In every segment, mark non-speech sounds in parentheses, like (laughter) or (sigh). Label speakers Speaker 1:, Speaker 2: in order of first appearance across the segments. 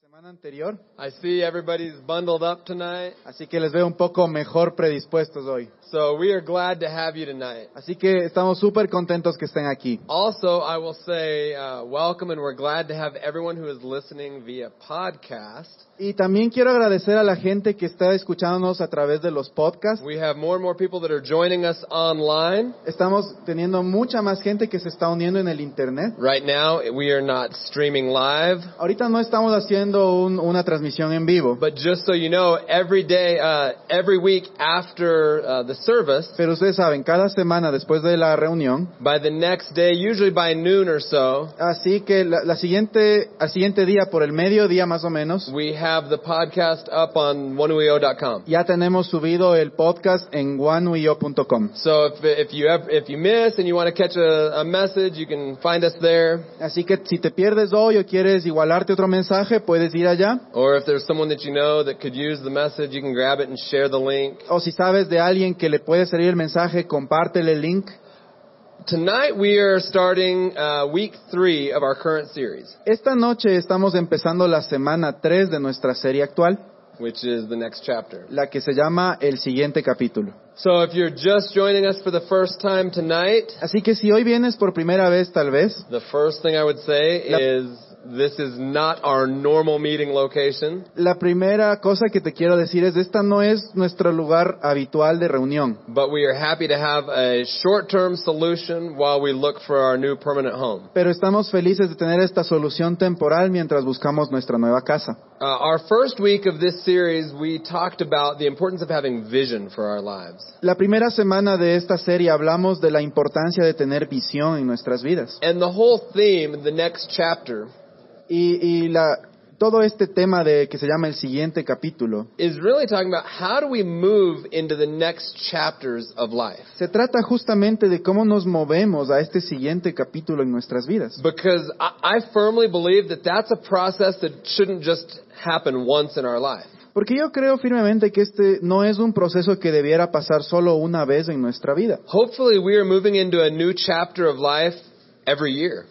Speaker 1: semana anterior,
Speaker 2: I see everybody's bundled up tonight.
Speaker 1: así que les veo un poco mejor predispuestos hoy.
Speaker 2: So we are glad to have you tonight.
Speaker 1: Así que estamos súper contentos que estén aquí.
Speaker 2: Also, I will say uh, welcome, and we're glad to have everyone who is listening via podcast.
Speaker 1: Y también quiero agradecer a la gente que está escuchándonos a través de los podcasts.
Speaker 2: We have more and more people that are joining us online.
Speaker 1: Estamos teniendo mucha más gente que se está uniendo en el Internet.
Speaker 2: Right now, we are not streaming live,
Speaker 1: Ahorita no estamos haciendo un- una transmisión en vivo,
Speaker 2: but just so you know, every day, uh, every week after uh, the service,
Speaker 1: pero ustedes saben, cada semana después de la reunión,
Speaker 2: by the next day, usually by noon or so,
Speaker 1: así que la, la siguiente, al siguiente día, por el mediodía más o menos,
Speaker 2: we have the podcast up on oneweo.com.
Speaker 1: ya tenemos subido el podcast en oneweo.com.
Speaker 2: So if if you ever, if you miss and you want to catch a, a message, you can find us there.
Speaker 1: Así que si te pierdes hoy o quieres igualarte otro mensaje, puedes ir allá.
Speaker 2: Or if there's someone that you know that could use the message, you can grab it and share the link.
Speaker 1: O si sabes de alguien que le puede salir el mensaje, compártele el link.
Speaker 2: Tonight we are starting uh, week three of our current series,
Speaker 1: Esta noche estamos empezando la semana 3 de nuestra serie actual,
Speaker 2: which is the next chapter.
Speaker 1: la que se llama El siguiente capítulo.
Speaker 2: So if you're just joining us for the first time tonight,
Speaker 1: Así que si hoy vienes por primera vez, tal vez,
Speaker 2: the first thing I would say
Speaker 1: Yep.
Speaker 2: is this is not our normal meeting location.
Speaker 1: la primera cosa que te quiero decir es, esta no es nuestro lugar habitual de reunión.
Speaker 2: But we are happy to have a short-term solution while we look for our new permanent home.
Speaker 1: Pero estamos felices de tener esta solución temporal mientras buscamos nuestra nueva casa.
Speaker 2: Uh, our first week of this series, we talked about the importance of having vision for our lives.
Speaker 1: La primera semana de esta serie hablamos de la importancia de tener visión en nuestras vidas.
Speaker 2: And the whole theme in the next chapter
Speaker 1: Y, y la- todo este tema de que se llama el siguiente capítulo
Speaker 2: is really talking about how do we move into the next chapters of life.
Speaker 1: se trata justamente de cómo nos movemos a este siguiente capítulo en nuestras vidas.
Speaker 2: Because I, I firmly believe that that's a process that shouldn't just happen once in our life.
Speaker 1: Porque yo creo firmemente que este no es un proceso que debiera pasar solo una vez en nuestra vida.
Speaker 2: Hopefully, we are moving into a new chapter of life every year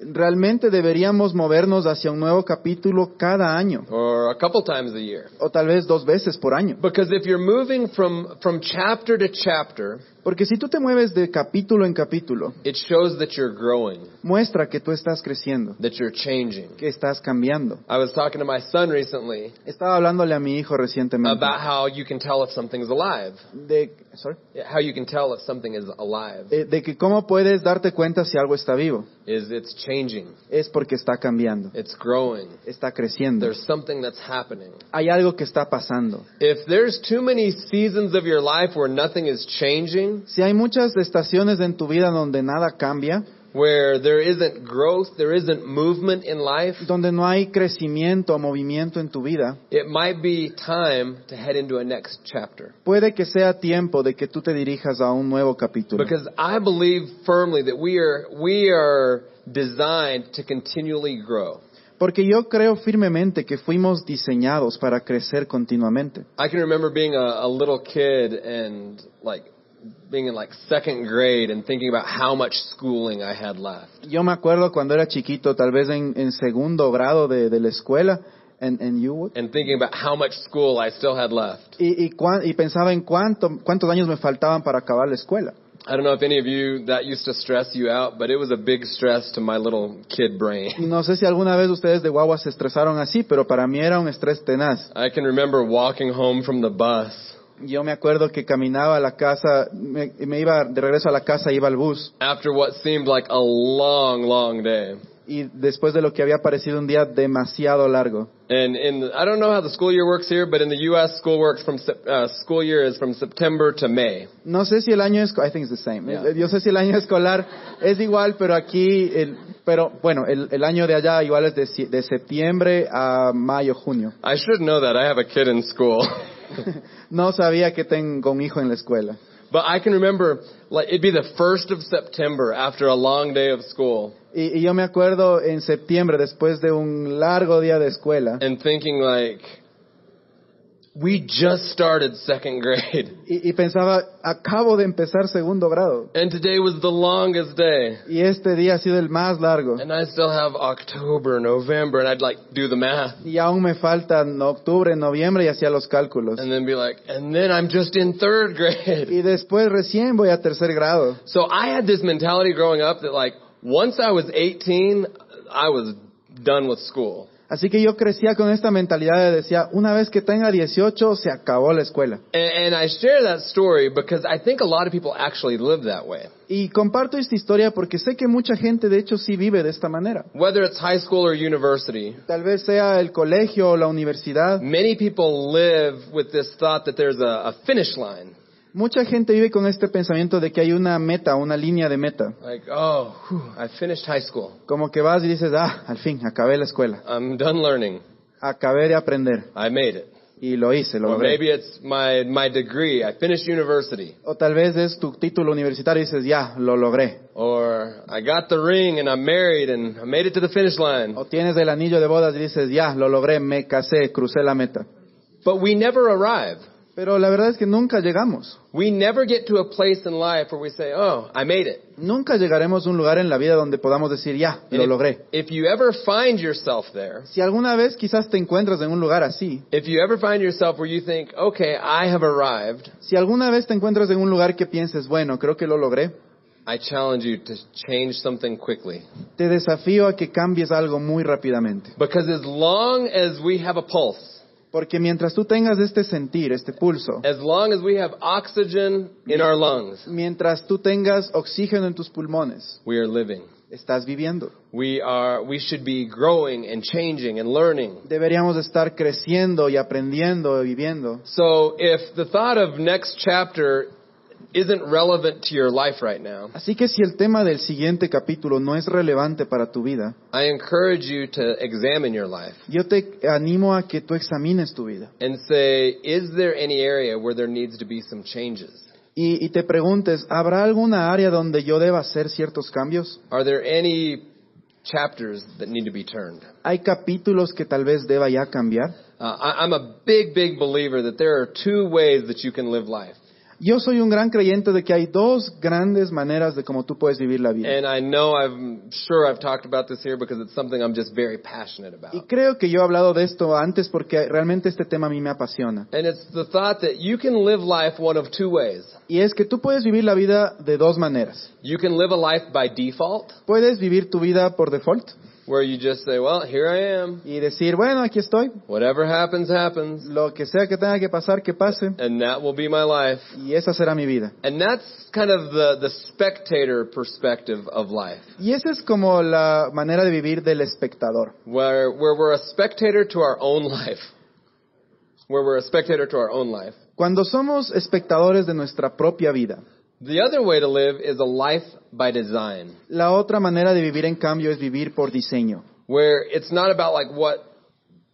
Speaker 1: Realmente deberíamos movernos hacia un nuevo capítulo cada año,
Speaker 2: or a couple times a year.
Speaker 1: o tal vez dos veces por año.
Speaker 2: Because if you're moving from, from chapter to chapter,
Speaker 1: Porque si tú te mueves de capítulo en capítulo,
Speaker 2: it shows that you're growing.
Speaker 1: muestra que tú estás creciendo.
Speaker 2: that you're changing.
Speaker 1: que estás cambiando.
Speaker 2: I was talking to my son recently
Speaker 1: Estaba hablándole a mi hijo recientemente
Speaker 2: about how you can tell if something's alive.
Speaker 1: de, sorry,
Speaker 2: How you can tell if something is alive
Speaker 1: eh, de que cómo puedes darte cuenta si algo está vivo.
Speaker 2: is it's changing,
Speaker 1: Es porque está cambiando,
Speaker 2: it's growing.
Speaker 1: está creciendo.
Speaker 2: There's something that's happening.
Speaker 1: Hay algo que está pasando.
Speaker 2: If there's too many seasons of your life where nothing is changing,
Speaker 1: Si hay muchas estaciones en tu vida donde nada cambia,
Speaker 2: where there isn't growth, there isn't movement in life,
Speaker 1: donde no hay crecimiento o movimiento en tu vida,
Speaker 2: it might be time to head into a next chapter.
Speaker 1: puede que sea tiempo de que tú te dirijas a un nuevo capítulo.
Speaker 2: Because I believe firmly that we are we are designed to continually grow.
Speaker 1: Porque yo creo firmemente que fuimos diseñados para crecer continuamente.
Speaker 2: I can remember being a, a little kid and like being in like second grade and thinking about how much schooling I had left.
Speaker 1: Yo me acuerdo cuando era chiquito, tal vez en, en segundo grado de, de la escuela, en, en Uwood,
Speaker 2: And thinking about how much school I still had left.
Speaker 1: y, y, cuán- y pensaba en cuánto, cuántos años me faltaban para acabar la escuela.
Speaker 2: I don't know if any of you that used to stress you out, but it was a big stress to my little kid brain.
Speaker 1: Y no sé si alguna vez ustedes de guagua se estresaron así, pero para mí era un estrés tenaz.
Speaker 2: I can remember walking home from the bus
Speaker 1: Yo me acuerdo que caminaba a la casa, me, me iba de regreso a la casa, iba al bus,
Speaker 2: after what seemed like a long, long day.
Speaker 1: y después de lo que había parecido un día demasiado largo.
Speaker 2: And in the, I don't know how the school year works here, but in the U.S., school works from Sep- uh, school year is from September to May.
Speaker 1: No sé si el año es, I think it's the same.
Speaker 2: Yeah.
Speaker 1: Yo sé si el año escolar es igual, pero aquí, el, pero bueno, el, el año de allá igual es de, si- de septiembre a mayo, junio.
Speaker 2: I should know that. I have a kid in school. (laughs)
Speaker 1: No sabía que tengo un hijo en la escuela.
Speaker 2: but I can remember, like, it'd be the 1st of September after a long day of school
Speaker 1: Y, y yo me acuerdo en septiembre, después de un largo día de escuela,
Speaker 2: and thinking, like, we just started second grade. (laughs)
Speaker 1: Y, y pensaba, acabo de empezar segundo grado.
Speaker 2: And today was the longest day.
Speaker 1: Y este día ha sido el más largo.
Speaker 2: And I still have October, November, and I'd like do the math.
Speaker 1: Y aún me faltan octubre, noviembre y hacía los cálculos.
Speaker 2: And then be like, and then I'm just in third grade.
Speaker 1: (laughs) Y después recién voy a tercer grado.
Speaker 2: So I had this mentality growing up that like, once I was 18, I was done with school.
Speaker 1: Así que yo crecía con esta mentalidad de decía, una vez que tenga 18 se acabó la escuela.
Speaker 2: And, and I share that story because I think a lot of people actually live that way.
Speaker 1: Y comparto esta historia porque sé que mucha gente de hecho sí vive de esta manera.
Speaker 2: Whether it's high school or university,
Speaker 1: Tal vez sea el colegio o la universidad.
Speaker 2: many people live with this thought that there's a, a finish line.
Speaker 1: Mucha gente vive con este pensamiento de que hay una meta, una línea de meta.
Speaker 2: Like, oh, whew, I finished high school.
Speaker 1: Como que vas y dices, ah, al fin, acabé la escuela.
Speaker 2: I'm done learning.
Speaker 1: Acabé de aprender.
Speaker 2: I made it.
Speaker 1: Y lo hice, lo
Speaker 2: Or
Speaker 1: logré.
Speaker 2: maybe it's my, my degree. I finished university.
Speaker 1: O tal vez es tu título universitario y dices, ya, lo logré.
Speaker 2: Or I got the ring and I'm married and I made it to the finish line.
Speaker 1: O tienes el anillo de bodas y dices, ya, lo logré, me casé, crucé la meta.
Speaker 2: But we never arrive.
Speaker 1: Pero la verdad es que nunca llegamos.
Speaker 2: We never get to a place in life where we say, oh, I made it.
Speaker 1: Nunca llegaremos a un lugar en la vida donde podamos decir, ya,
Speaker 2: And
Speaker 1: lo
Speaker 2: if-
Speaker 1: logré.
Speaker 2: If you ever find yourself there,
Speaker 1: Si alguna vez quizás te encuentras en un lugar así,
Speaker 2: if you ever find yourself where you think, okay, I have arrived,
Speaker 1: si alguna vez te encuentras en un lugar que pienses, bueno, creo que lo logré,
Speaker 2: I challenge you to change something quickly.
Speaker 1: te desafío a que cambies algo muy rápidamente.
Speaker 2: Because as long as we have a pulse,
Speaker 1: Porque mientras tú tengas este sentir, este pulso,
Speaker 2: as long as we have oxygen in our lungs,
Speaker 1: mientras tú tengas oxígeno en tus pulmones,
Speaker 2: we are living.
Speaker 1: estás viviendo.
Speaker 2: We are, we should be growing and changing and learning.
Speaker 1: Deberíamos estar creciendo y aprendiendo y viviendo.
Speaker 2: So if the thought of next chapter isn't relevant to your life right now,
Speaker 1: Así que si el tema del siguiente capítulo no es relevante para tu vida,
Speaker 2: I encourage you to examine your life
Speaker 1: yo te animo a que tú examines tu vida
Speaker 2: and say, is there any area where there needs to be some changes?
Speaker 1: y, y te preguntes, ¿habrá alguna área donde yo deba hacer ciertos cambios?
Speaker 2: Are there any chapters that need to be turned?
Speaker 1: ¿Hay capítulos que tal vez deba ya cambiar?
Speaker 2: Uh, I, I'm a big, big believer that there are two ways that you can live life.
Speaker 1: Yo soy un gran creyente de que hay dos grandes maneras de cómo tú puedes vivir la vida.
Speaker 2: And I know I'm sure I've talked about this here because it's something I'm just very passionate about.
Speaker 1: Y creo que yo he hablado de esto antes porque realmente este tema a mí me apasiona.
Speaker 2: And it's the thought that you can live life one of two ways.
Speaker 1: Y es que tú puedes vivir la vida de dos maneras.
Speaker 2: You can live a life by default,
Speaker 1: Puedes vivir tu vida por default
Speaker 2: where you just say, well, here I am.
Speaker 1: y decir, bueno, aquí estoy,
Speaker 2: Whatever happens, happens.
Speaker 1: lo que sea que tenga que pasar, que pase,
Speaker 2: And that will be my life.
Speaker 1: y esa será mi vida.
Speaker 2: And that's kind of the, the spectator perspective of life,
Speaker 1: Y esa es como la manera de vivir del espectador,
Speaker 2: where, where we're a spectator to our own (laughs) life. Where we're a spectator to our own life.
Speaker 1: cuando somos espectadores de nuestra propia vida.
Speaker 2: The other way to live is a life by design,
Speaker 1: La otra manera de vivir, en cambio, es vivir por diseño.
Speaker 2: where it's not about like what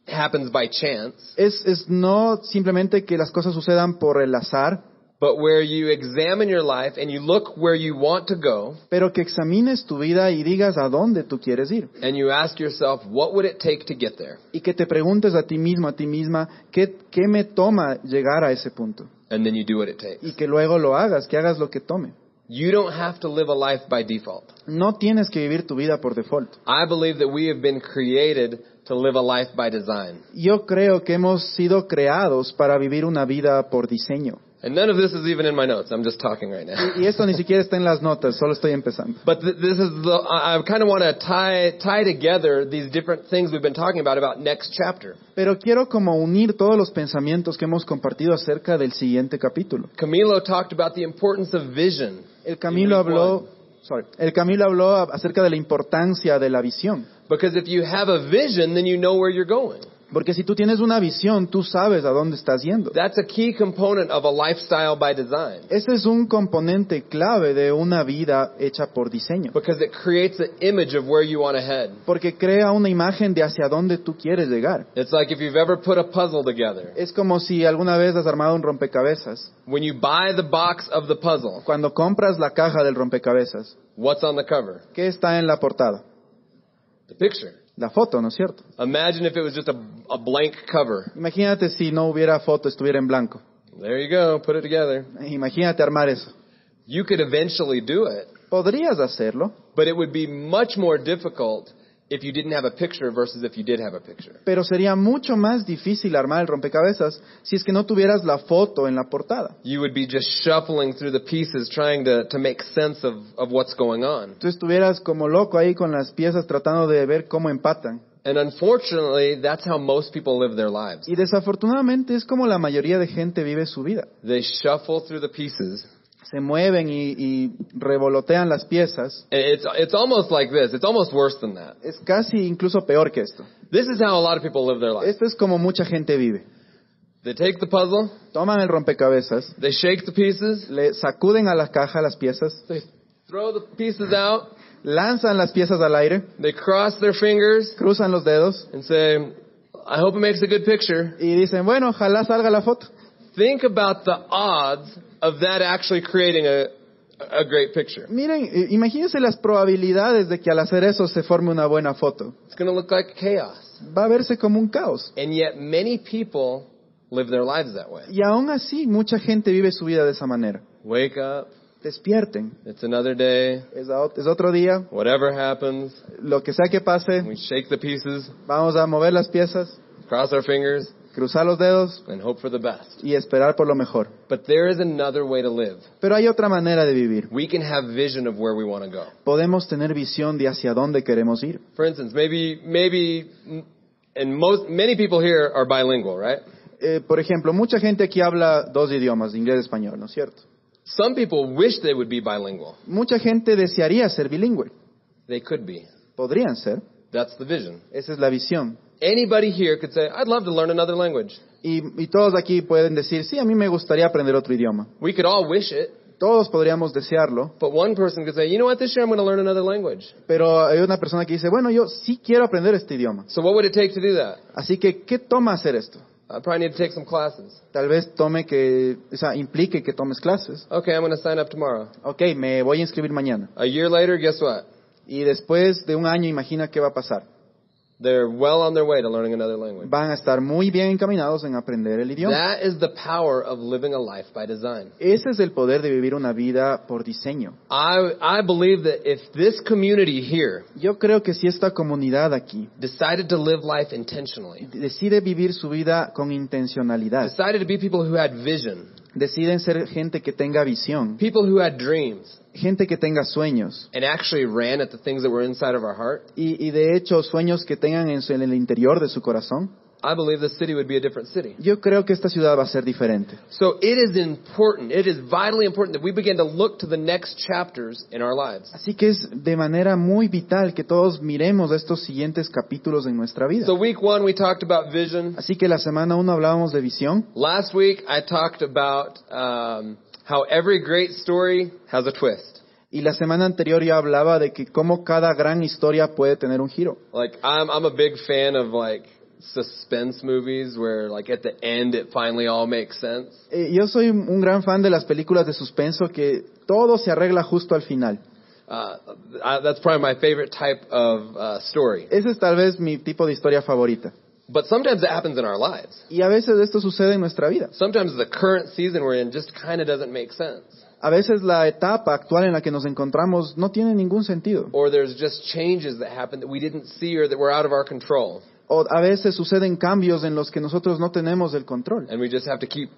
Speaker 2: happens by chance,
Speaker 1: Es, es no simplemente que las cosas sucedan por el azar,
Speaker 2: but where you examine your life and you look where you want to go
Speaker 1: pero que examines tu vida y digas a dónde tú quieres ir.
Speaker 2: and you ask yourself, what would it take to get there?
Speaker 1: Y que te preguntes a ti mismo, a ti misma, ¿qué, qué me toma llegar a ese punto?
Speaker 2: And then you do what it takes.
Speaker 1: Y que luego lo hagas, que hagas lo que tome.
Speaker 2: You don't have to live a life by default.
Speaker 1: No tienes que vivir tu vida por default.
Speaker 2: I believe that we have been created to live a life by design.
Speaker 1: Yo creo que hemos sido creados para vivir una vida por diseño.
Speaker 2: And none of this is even in my notes. I'm just talking right now.
Speaker 1: Y esto ni siquiera está en las notas, solo estoy empezando.
Speaker 2: But th- this is the, I, I kind of want to tie, tie together these different things we've been talking about about next chapter.
Speaker 1: Pero quiero como unir todos los pensamientos que hemos compartido acerca del siguiente capítulo.
Speaker 2: Camilo talked about the importance of vision,
Speaker 1: El Camilo habló, sorry, el Camilo habló a- acerca de la importancia de la visión.
Speaker 2: because if you have a vision, then you know where you're going.
Speaker 1: Porque si tú tienes una visión, tú sabes a dónde estás yendo.
Speaker 2: That's a key component of a lifestyle by design,
Speaker 1: Ese es un componente clave de una vida hecha por diseño.
Speaker 2: because it creates an image of where you want to head.
Speaker 1: Porque crea una imagen de hacia dónde tú quieres llegar.
Speaker 2: It's like if you've ever put a puzzle together.
Speaker 1: Es como si alguna vez has armado un rompecabezas.
Speaker 2: When you buy the box of the puzzle,
Speaker 1: Cuando compras la caja del rompecabezas,
Speaker 2: what's on the cover?
Speaker 1: ¿qué está en la portada?
Speaker 2: The picture.
Speaker 1: la foto, ¿no es cierto?
Speaker 2: Imagine if it was just a, a blank cover.
Speaker 1: Imagínate si no hubiera foto, estuviera en blanco.
Speaker 2: There you go, put it together.
Speaker 1: Imagínate armar eso.
Speaker 2: You could eventually do it,
Speaker 1: Podrías hacerlo,
Speaker 2: but it would be much more difficult if you didn't have a picture versus if you did have a picture.
Speaker 1: pero sería mucho más difícil armar el rompecabezas si es que no tuvieras la foto en la portada.
Speaker 2: You would be just shuffling through the pieces trying to, to make sense of, of what's going on.
Speaker 1: Tú estuvieras como loco ahí con las piezas tratando de ver cómo empatan.
Speaker 2: And unfortunately, that's how most people live their lives.
Speaker 1: Y desafortunadamente es como la mayoría de gente vive su vida.
Speaker 2: They shuffle through the pieces.
Speaker 1: Se mueven y, y revolotean las piezas.
Speaker 2: And It's, it's almost like this. It's almost worse than that.
Speaker 1: Es casi incluso peor que esto.
Speaker 2: This is how a lot of people live their life.
Speaker 1: Esto es como mucha gente vive.
Speaker 2: They take the puzzle,
Speaker 1: Toman el rompecabezas,
Speaker 2: they shake the pieces,
Speaker 1: le sacuden a la caja las piezas,
Speaker 2: they throw the pieces out,
Speaker 1: lanzan las piezas al aire,
Speaker 2: they cross their fingers
Speaker 1: cruzan los dedos
Speaker 2: and say, I hope it makes a good picture.
Speaker 1: y dicen, bueno, ojalá salga la foto.
Speaker 2: Think about the odds of that actually creating a, a great picture.
Speaker 1: Miren, eh, imagínense las probabilidades de que al hacer eso se forme una buena foto.
Speaker 2: It's going to look like chaos.
Speaker 1: Va a verse como un caos.
Speaker 2: And yet many people live their lives that way.
Speaker 1: Y aún así, mucha gente vive su vida de esa manera.
Speaker 2: Wake up,
Speaker 1: Despierten.
Speaker 2: it's another day,
Speaker 1: Es, a ot- es otro día.
Speaker 2: whatever happens,
Speaker 1: Lo que sea que pase,
Speaker 2: we shake the pieces,
Speaker 1: vamos a mover las piezas,
Speaker 2: cross our fingers,
Speaker 1: cruzar los dedos
Speaker 2: and hope for the best.
Speaker 1: y esperar por lo mejor.
Speaker 2: But there is another way to live.
Speaker 1: Pero hay otra manera de vivir.
Speaker 2: We can have vision of where we want to go.
Speaker 1: Podemos tener visión de hacia dónde queremos ir.
Speaker 2: For instance, maybe, maybe, and most, many people here are bilingual, right?
Speaker 1: Eh, por ejemplo, mucha gente aquí habla dos idiomas, inglés y español, ¿no es cierto?
Speaker 2: Some people wish they would be bilingual.
Speaker 1: Mucha gente desearía ser bilingüe.
Speaker 2: They could be.
Speaker 1: Podrían ser.
Speaker 2: That's the vision.
Speaker 1: Esa es la visión.
Speaker 2: Anybody here could say, I'd love to learn another language.
Speaker 1: Y, y todos aquí pueden decir, sí, a mí me gustaría aprender otro idioma.
Speaker 2: We could all wish it,
Speaker 1: Todos podríamos desearlo,
Speaker 2: but one person could say, you know what, this year I'm going to learn another language.
Speaker 1: pero hay una persona que dice, bueno, yo sí quiero aprender este idioma.
Speaker 2: So what would it take to do that?
Speaker 1: Así que, ¿qué toma hacer esto?
Speaker 2: I probably need to take some classes.
Speaker 1: Tal vez tome que, o sea, implique que tomes clases.
Speaker 2: Okay, I'm going to sign up tomorrow.
Speaker 1: Ok, me voy a inscribir mañana.
Speaker 2: A year later, guess what?
Speaker 1: Y después de un año, imagina qué va a pasar.
Speaker 2: They're well on their way to learning another language.
Speaker 1: Van a estar muy bien encaminados en aprender el idioma.
Speaker 2: That is the power of living a life by design.
Speaker 1: Ese es el poder de vivir una vida por diseño.
Speaker 2: I, I believe that if this community here
Speaker 1: Yo creo que si esta comunidad aquí
Speaker 2: decided to live life intentionally,
Speaker 1: decide vivir su vida con intencionalidad,
Speaker 2: decided to be people who had vision,
Speaker 1: deciden ser gente que tenga visión,
Speaker 2: people who had dreams,
Speaker 1: gente que tenga sueños
Speaker 2: and actually ran at the things that were inside of our heart,
Speaker 1: y, y de hecho sueños que tengan en, su- en el interior de su corazón,
Speaker 2: I believe the city would be a different city.
Speaker 1: yo creo que esta ciudad va a ser diferente.
Speaker 2: So it is important, it is vitally important that we begin to look to the next chapters in our lives.
Speaker 1: Así que es de manera muy vital que todos miremos estos siguientes capítulos en nuestra vida.
Speaker 2: So week one, we talked about vision.
Speaker 1: Así que la semana 1 hablábamos de visión.
Speaker 2: Last week, I talked about um, how every great story has a twist.
Speaker 1: Y la semana anterior yo hablaba de que cómo cada gran historia puede tener un giro.
Speaker 2: Like I'm I'm a big fan of like suspense movies where like at the end it finally all makes sense.
Speaker 1: Eh, Yo soy un gran fan de las películas de suspenso que todo se arregla justo al final.
Speaker 2: Uh, I, that's probably my favorite type of uh, story.
Speaker 1: Ese es tal vez mi tipo de historia favorita.
Speaker 2: But sometimes it happens in our lives.
Speaker 1: Y a veces esto sucede en nuestra vida.
Speaker 2: Sometimes the current season we're in just kind of doesn't make sense,
Speaker 1: A veces la etapa actual en la que nos encontramos no tiene ningún sentido.
Speaker 2: or there's just changes that happen that we didn't see or that were out of our control,
Speaker 1: O a veces suceden cambios en los que nosotros no tenemos el control.
Speaker 2: and we just have to keep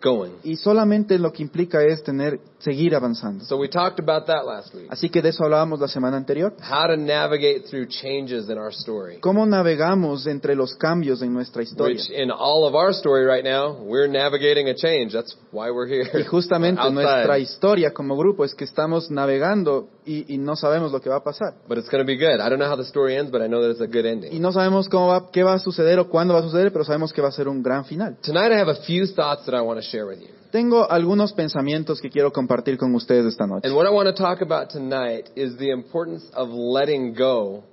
Speaker 2: going.
Speaker 1: Y solamente lo que implica es tener, seguir avanzando.
Speaker 2: So we talked about that last week.
Speaker 1: Así que de eso hablábamos la semana anterior.
Speaker 2: How to navigate through changes in our story.
Speaker 1: ¿Cómo navegamos entre los cambios en nuestra historia?
Speaker 2: Which in all of our story right now, we're navigating a change. That's why we're here.
Speaker 1: Y justamente
Speaker 2: (laughs) Outside.
Speaker 1: nuestra historia como grupo es que estamos navegando y, y no sabemos lo que va a pasar.
Speaker 2: But it's going to be good. I don't know how the story ends, but I know that it's a good
Speaker 1: Y
Speaker 2: ending.
Speaker 1: no sabemos cómo va, qué va a suceder o cuándo va a suceder, pero sabemos que va a ser un gran final.
Speaker 2: Tonight I have a few thoughts that I want to share with you.
Speaker 1: Tengo algunos pensamientos que quiero compartir con ustedes esta noche.
Speaker 2: And what I want to talk about tonight is the importance of letting go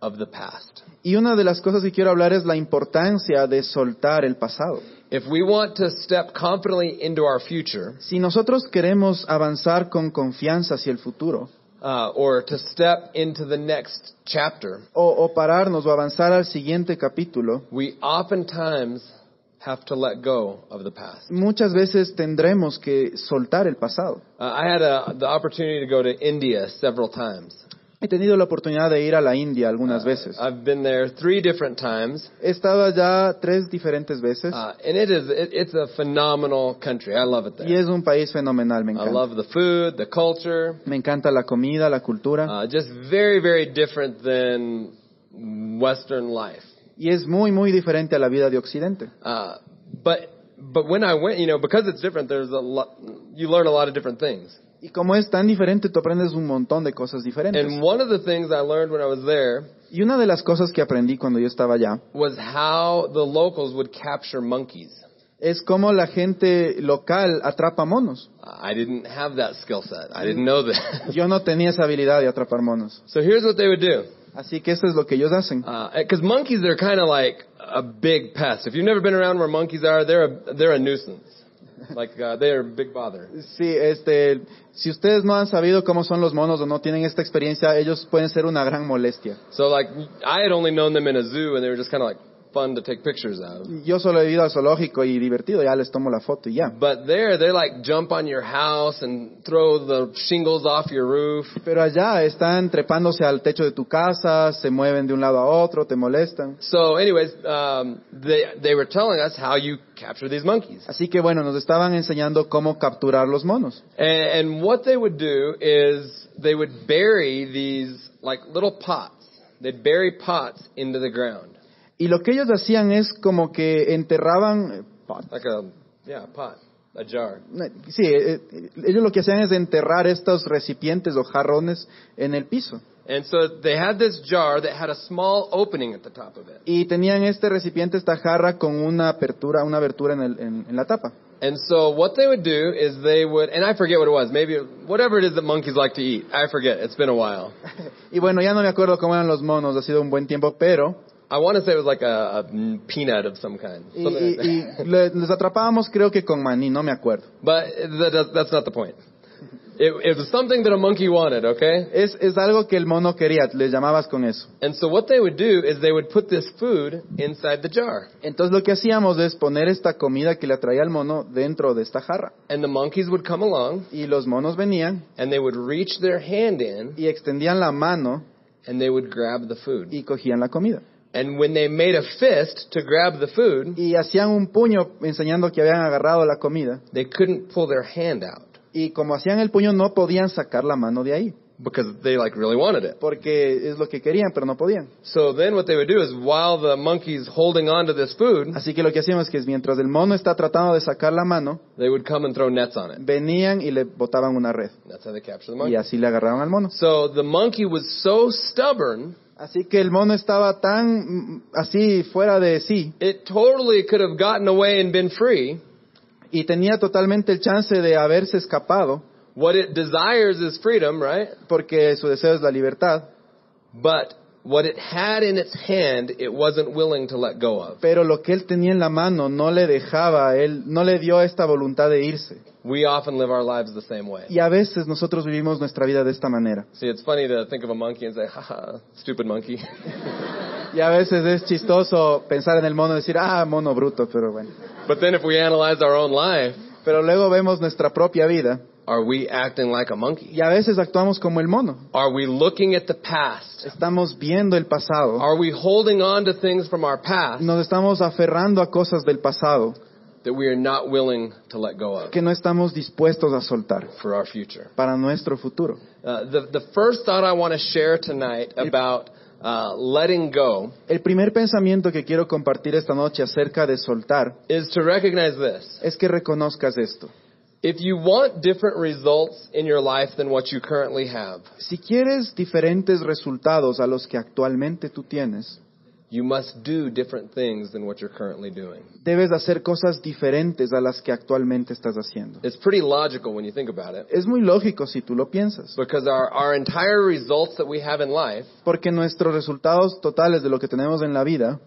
Speaker 2: of the past.
Speaker 1: Y una de las cosas que quiero hablar es la importancia de soltar el pasado.
Speaker 2: If we want to step confidently into our future,
Speaker 1: Si nosotros queremos avanzar con confianza hacia el futuro,
Speaker 2: uh, or to step into the next chapter,
Speaker 1: o, o pararnos o avanzar al siguiente capítulo,
Speaker 2: we oftentimes have to let go of the past.
Speaker 1: muchas veces tendremos que soltar el pasado.
Speaker 2: Uh, I had a, the opportunity to go to India several times. Uh,
Speaker 1: He tenido la oportunidad de ir a la India
Speaker 2: Ah,
Speaker 1: algunas veces.
Speaker 2: I've been there three different times,
Speaker 1: He estado allá tres diferentes veces
Speaker 2: uh, and it is it, it's a phenomenal country. I love it
Speaker 1: y
Speaker 2: there.
Speaker 1: es un país fenomenal, me
Speaker 2: I
Speaker 1: encanta.
Speaker 2: love the food, the culture.
Speaker 1: Me encanta la comida, la cultura.
Speaker 2: Uh, just very, very different than Western life.
Speaker 1: Y es muy, muy diferente a la vida de Occidente.
Speaker 2: Uh, but but when I went, you know, because it's different, there's a lot. You learn a lot of different things.
Speaker 1: Y como es tan diferente, tú aprendes un montón de cosas diferentes.
Speaker 2: And one of the things I learned when I was there
Speaker 1: Y una de las cosas que aprendí cuando yo estaba allá
Speaker 2: was how the locals would capture monkeys.
Speaker 1: es cómo la gente local atrapa monos.
Speaker 2: I didn't have that skill set. I didn't know that. (laughs)
Speaker 1: Yo no tenía esa habilidad de atrapar monos.
Speaker 2: so here's what they would do.
Speaker 1: Así que eso es lo que ellos hacen.
Speaker 2: Because monkeys, they're kind of like a big pest. If you've never been around where monkeys are, they're a, they're a nuisance. Like uh, they are a big bother.
Speaker 1: Sí, este, si ustedes no han sabido cómo son los monos o no tienen esta experiencia, ellos pueden ser una gran molestia.
Speaker 2: So like I had only known them in a zoo, and they were just kind of like fun to take pictures of.
Speaker 1: Yo solo he ido al zoológico y divertido, ya les tomo la foto y ya.
Speaker 2: But there, they like jump on your house and throw the shingles off your roof.
Speaker 1: Pero allá están trepándose al techo de tu casa, se mueven de un lado a otro, te molestan.
Speaker 2: So, anyways, um, they they were telling us how you capture these monkeys,
Speaker 1: Así que bueno, nos estaban enseñando cómo capturar los monos.
Speaker 2: and, and what they would do is they would bury these like little pots. They'd bury pots into the ground,
Speaker 1: Y lo que ellos hacían es como que enterraban... eh, pot.
Speaker 2: like a yeah a pot, a jar.
Speaker 1: Sí, eh, eh, ellos lo que hacían es enterrar estos recipientes o jarrones en el piso.
Speaker 2: And so they had this jar that had a small opening at the top of it.
Speaker 1: Y tenían este recipiente, esta jarra, con una apertura, una abertura en, el- en- en la tapa.
Speaker 2: And so what they would do is they would, and I forget what it was, maybe whatever it is that monkeys like to eat. I forget. It's been a while.
Speaker 1: Y bueno, ya no me acuerdo cómo eran los monos, ha sido un buen tiempo, pero...
Speaker 2: I want to say it was like a, a peanut of some kind.
Speaker 1: Y,
Speaker 2: Something like
Speaker 1: y- y
Speaker 2: that.
Speaker 1: le- les atrapábamos creo que con maní, no me acuerdo.
Speaker 2: But that, that, that's not the point. It, it was something that a monkey wanted, okay?
Speaker 1: Es, es algo que el mono quería, les llamabas con eso.
Speaker 2: And so what they would do is they would put this food inside the jar.
Speaker 1: Entonces lo que hacíamos es poner esta comida que le atraía al mono dentro de esta jarra.
Speaker 2: And the monkeys would come along
Speaker 1: Y los monos venían
Speaker 2: and they would reach their hand in
Speaker 1: y extendían la mano
Speaker 2: and they would grab the food.
Speaker 1: y cogían la comida.
Speaker 2: And when they made a fist to grab the food,
Speaker 1: Y hacían un puño enseñando que habían agarrado la comida.
Speaker 2: they couldn't pull their hand out.
Speaker 1: Y como hacían el puño no podían sacar la mano de ahí,
Speaker 2: because they like really wanted it.
Speaker 1: porque es lo que querían, pero no podían.
Speaker 2: So then what they would do is while the monkey's holding on to this food,
Speaker 1: Así que lo que hacíamos es que mientras el mono está tratando de sacar la mano,
Speaker 2: they would come and throw nets on it.
Speaker 1: venían y le botaban una red.
Speaker 2: That's how they capture
Speaker 1: Y
Speaker 2: the monkey.
Speaker 1: así le agarraban al mono.
Speaker 2: So the monkey was so stubborn,
Speaker 1: Así que el mono estaba tan mm, así fuera de sí
Speaker 2: it totally could have gotten away and been free.
Speaker 1: y tenía totalmente el chance de haberse escapado,
Speaker 2: What it desires is freedom, right?
Speaker 1: porque su deseo es la libertad,
Speaker 2: But what it had in its hand, it wasn't willing to let go of.
Speaker 1: pero lo que él tenía en la mano no le dejaba, a él no le dio esta voluntad de irse.
Speaker 2: We often live our lives the same way.
Speaker 1: Y a veces nosotros vivimos nuestra vida de esta manera.
Speaker 2: See, it's funny to think of a monkey and say, haha, stupid monkey. (laughs)
Speaker 1: Y a veces es chistoso pensar en el mono y decir, ah, mono bruto, pero bueno.
Speaker 2: but then if we analyze our own life,
Speaker 1: Pero luego vemos nuestra propia vida
Speaker 2: are we acting like a monkey?
Speaker 1: y a veces actuamos como el mono.
Speaker 2: Are we looking at the past?
Speaker 1: Estamos viendo el pasado,
Speaker 2: Are we holding on to things from our past
Speaker 1: nos estamos aferrando a cosas del pasado
Speaker 2: that we are not willing to let go of
Speaker 1: que no estamos dispuestos a soltar
Speaker 2: for our future?
Speaker 1: para nuestro futuro.
Speaker 2: Uh, the, the first thought I want to share tonight about uh, letting go
Speaker 1: El primer pensamiento que quiero compartir esta noche acerca de soltar
Speaker 2: is to recognize this.
Speaker 1: es que reconozcas esto.
Speaker 2: If you want different results in your life than what you currently have,
Speaker 1: Si quieres diferentes resultados a los que actualmente tú tienes,
Speaker 2: you must do different things than what you're currently doing.
Speaker 1: debes hacer cosas diferentes a las que actualmente estás haciendo.
Speaker 2: It's pretty logical when you think about it
Speaker 1: Es muy lógico si tú lo piensas,
Speaker 2: because our, our entire results that we have in life
Speaker 1: porque nuestros resultados totales de lo que tenemos en la vida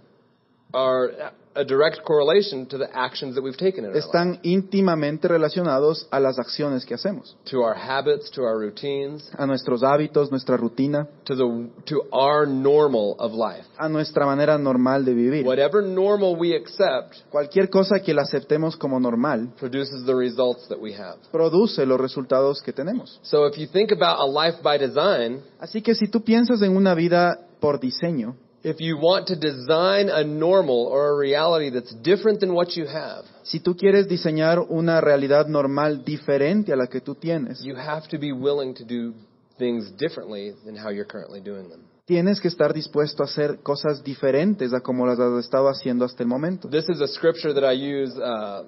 Speaker 2: are a direct correlation to the actions that we've taken in our life,
Speaker 1: están íntimamente relacionados a las acciones que hacemos,
Speaker 2: to our habits, to our routines,
Speaker 1: a nuestros hábitos, nuestra rutina,
Speaker 2: to the to our normal of life.
Speaker 1: a nuestra manera normal de vivir.
Speaker 2: Whatever normal we accept
Speaker 1: Cualquier cosa que la aceptemos como normal
Speaker 2: produces the results that we have.
Speaker 1: produce los resultados que tenemos.
Speaker 2: So if you think about a life by design,
Speaker 1: Así que si tú piensas en una vida por diseño,
Speaker 2: if you want to design a normal or a reality that's different than what you have,
Speaker 1: si tú quieres diseñar una realidad normal diferente a la que tú tienes,
Speaker 2: you have to be willing to do things differently than how you're currently doing them.
Speaker 1: tienes que estar dispuesto a hacer cosas diferentes a como las has estado haciendo hasta el momento.
Speaker 2: This is a scripture that I use uh,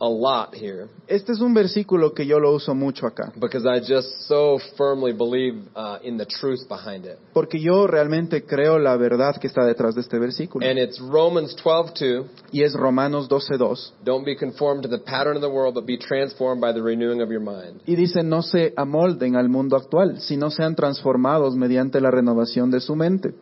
Speaker 2: a lot here
Speaker 1: Este es un versículo que yo lo uso mucho acá,
Speaker 2: because I just so firmly believe uh, in the truth behind it.
Speaker 1: porque yo realmente creo la verdad que está detrás de este versículo.
Speaker 2: And it's Romans 12:2.
Speaker 1: Y es Romanos 12.2.
Speaker 2: Don't be conformed to the pattern of the world, but be transformed by the renewing of your mind.
Speaker 1: Y dice, no se amolden al mundo actual, sino sean transformados mediante la renovación de su mente.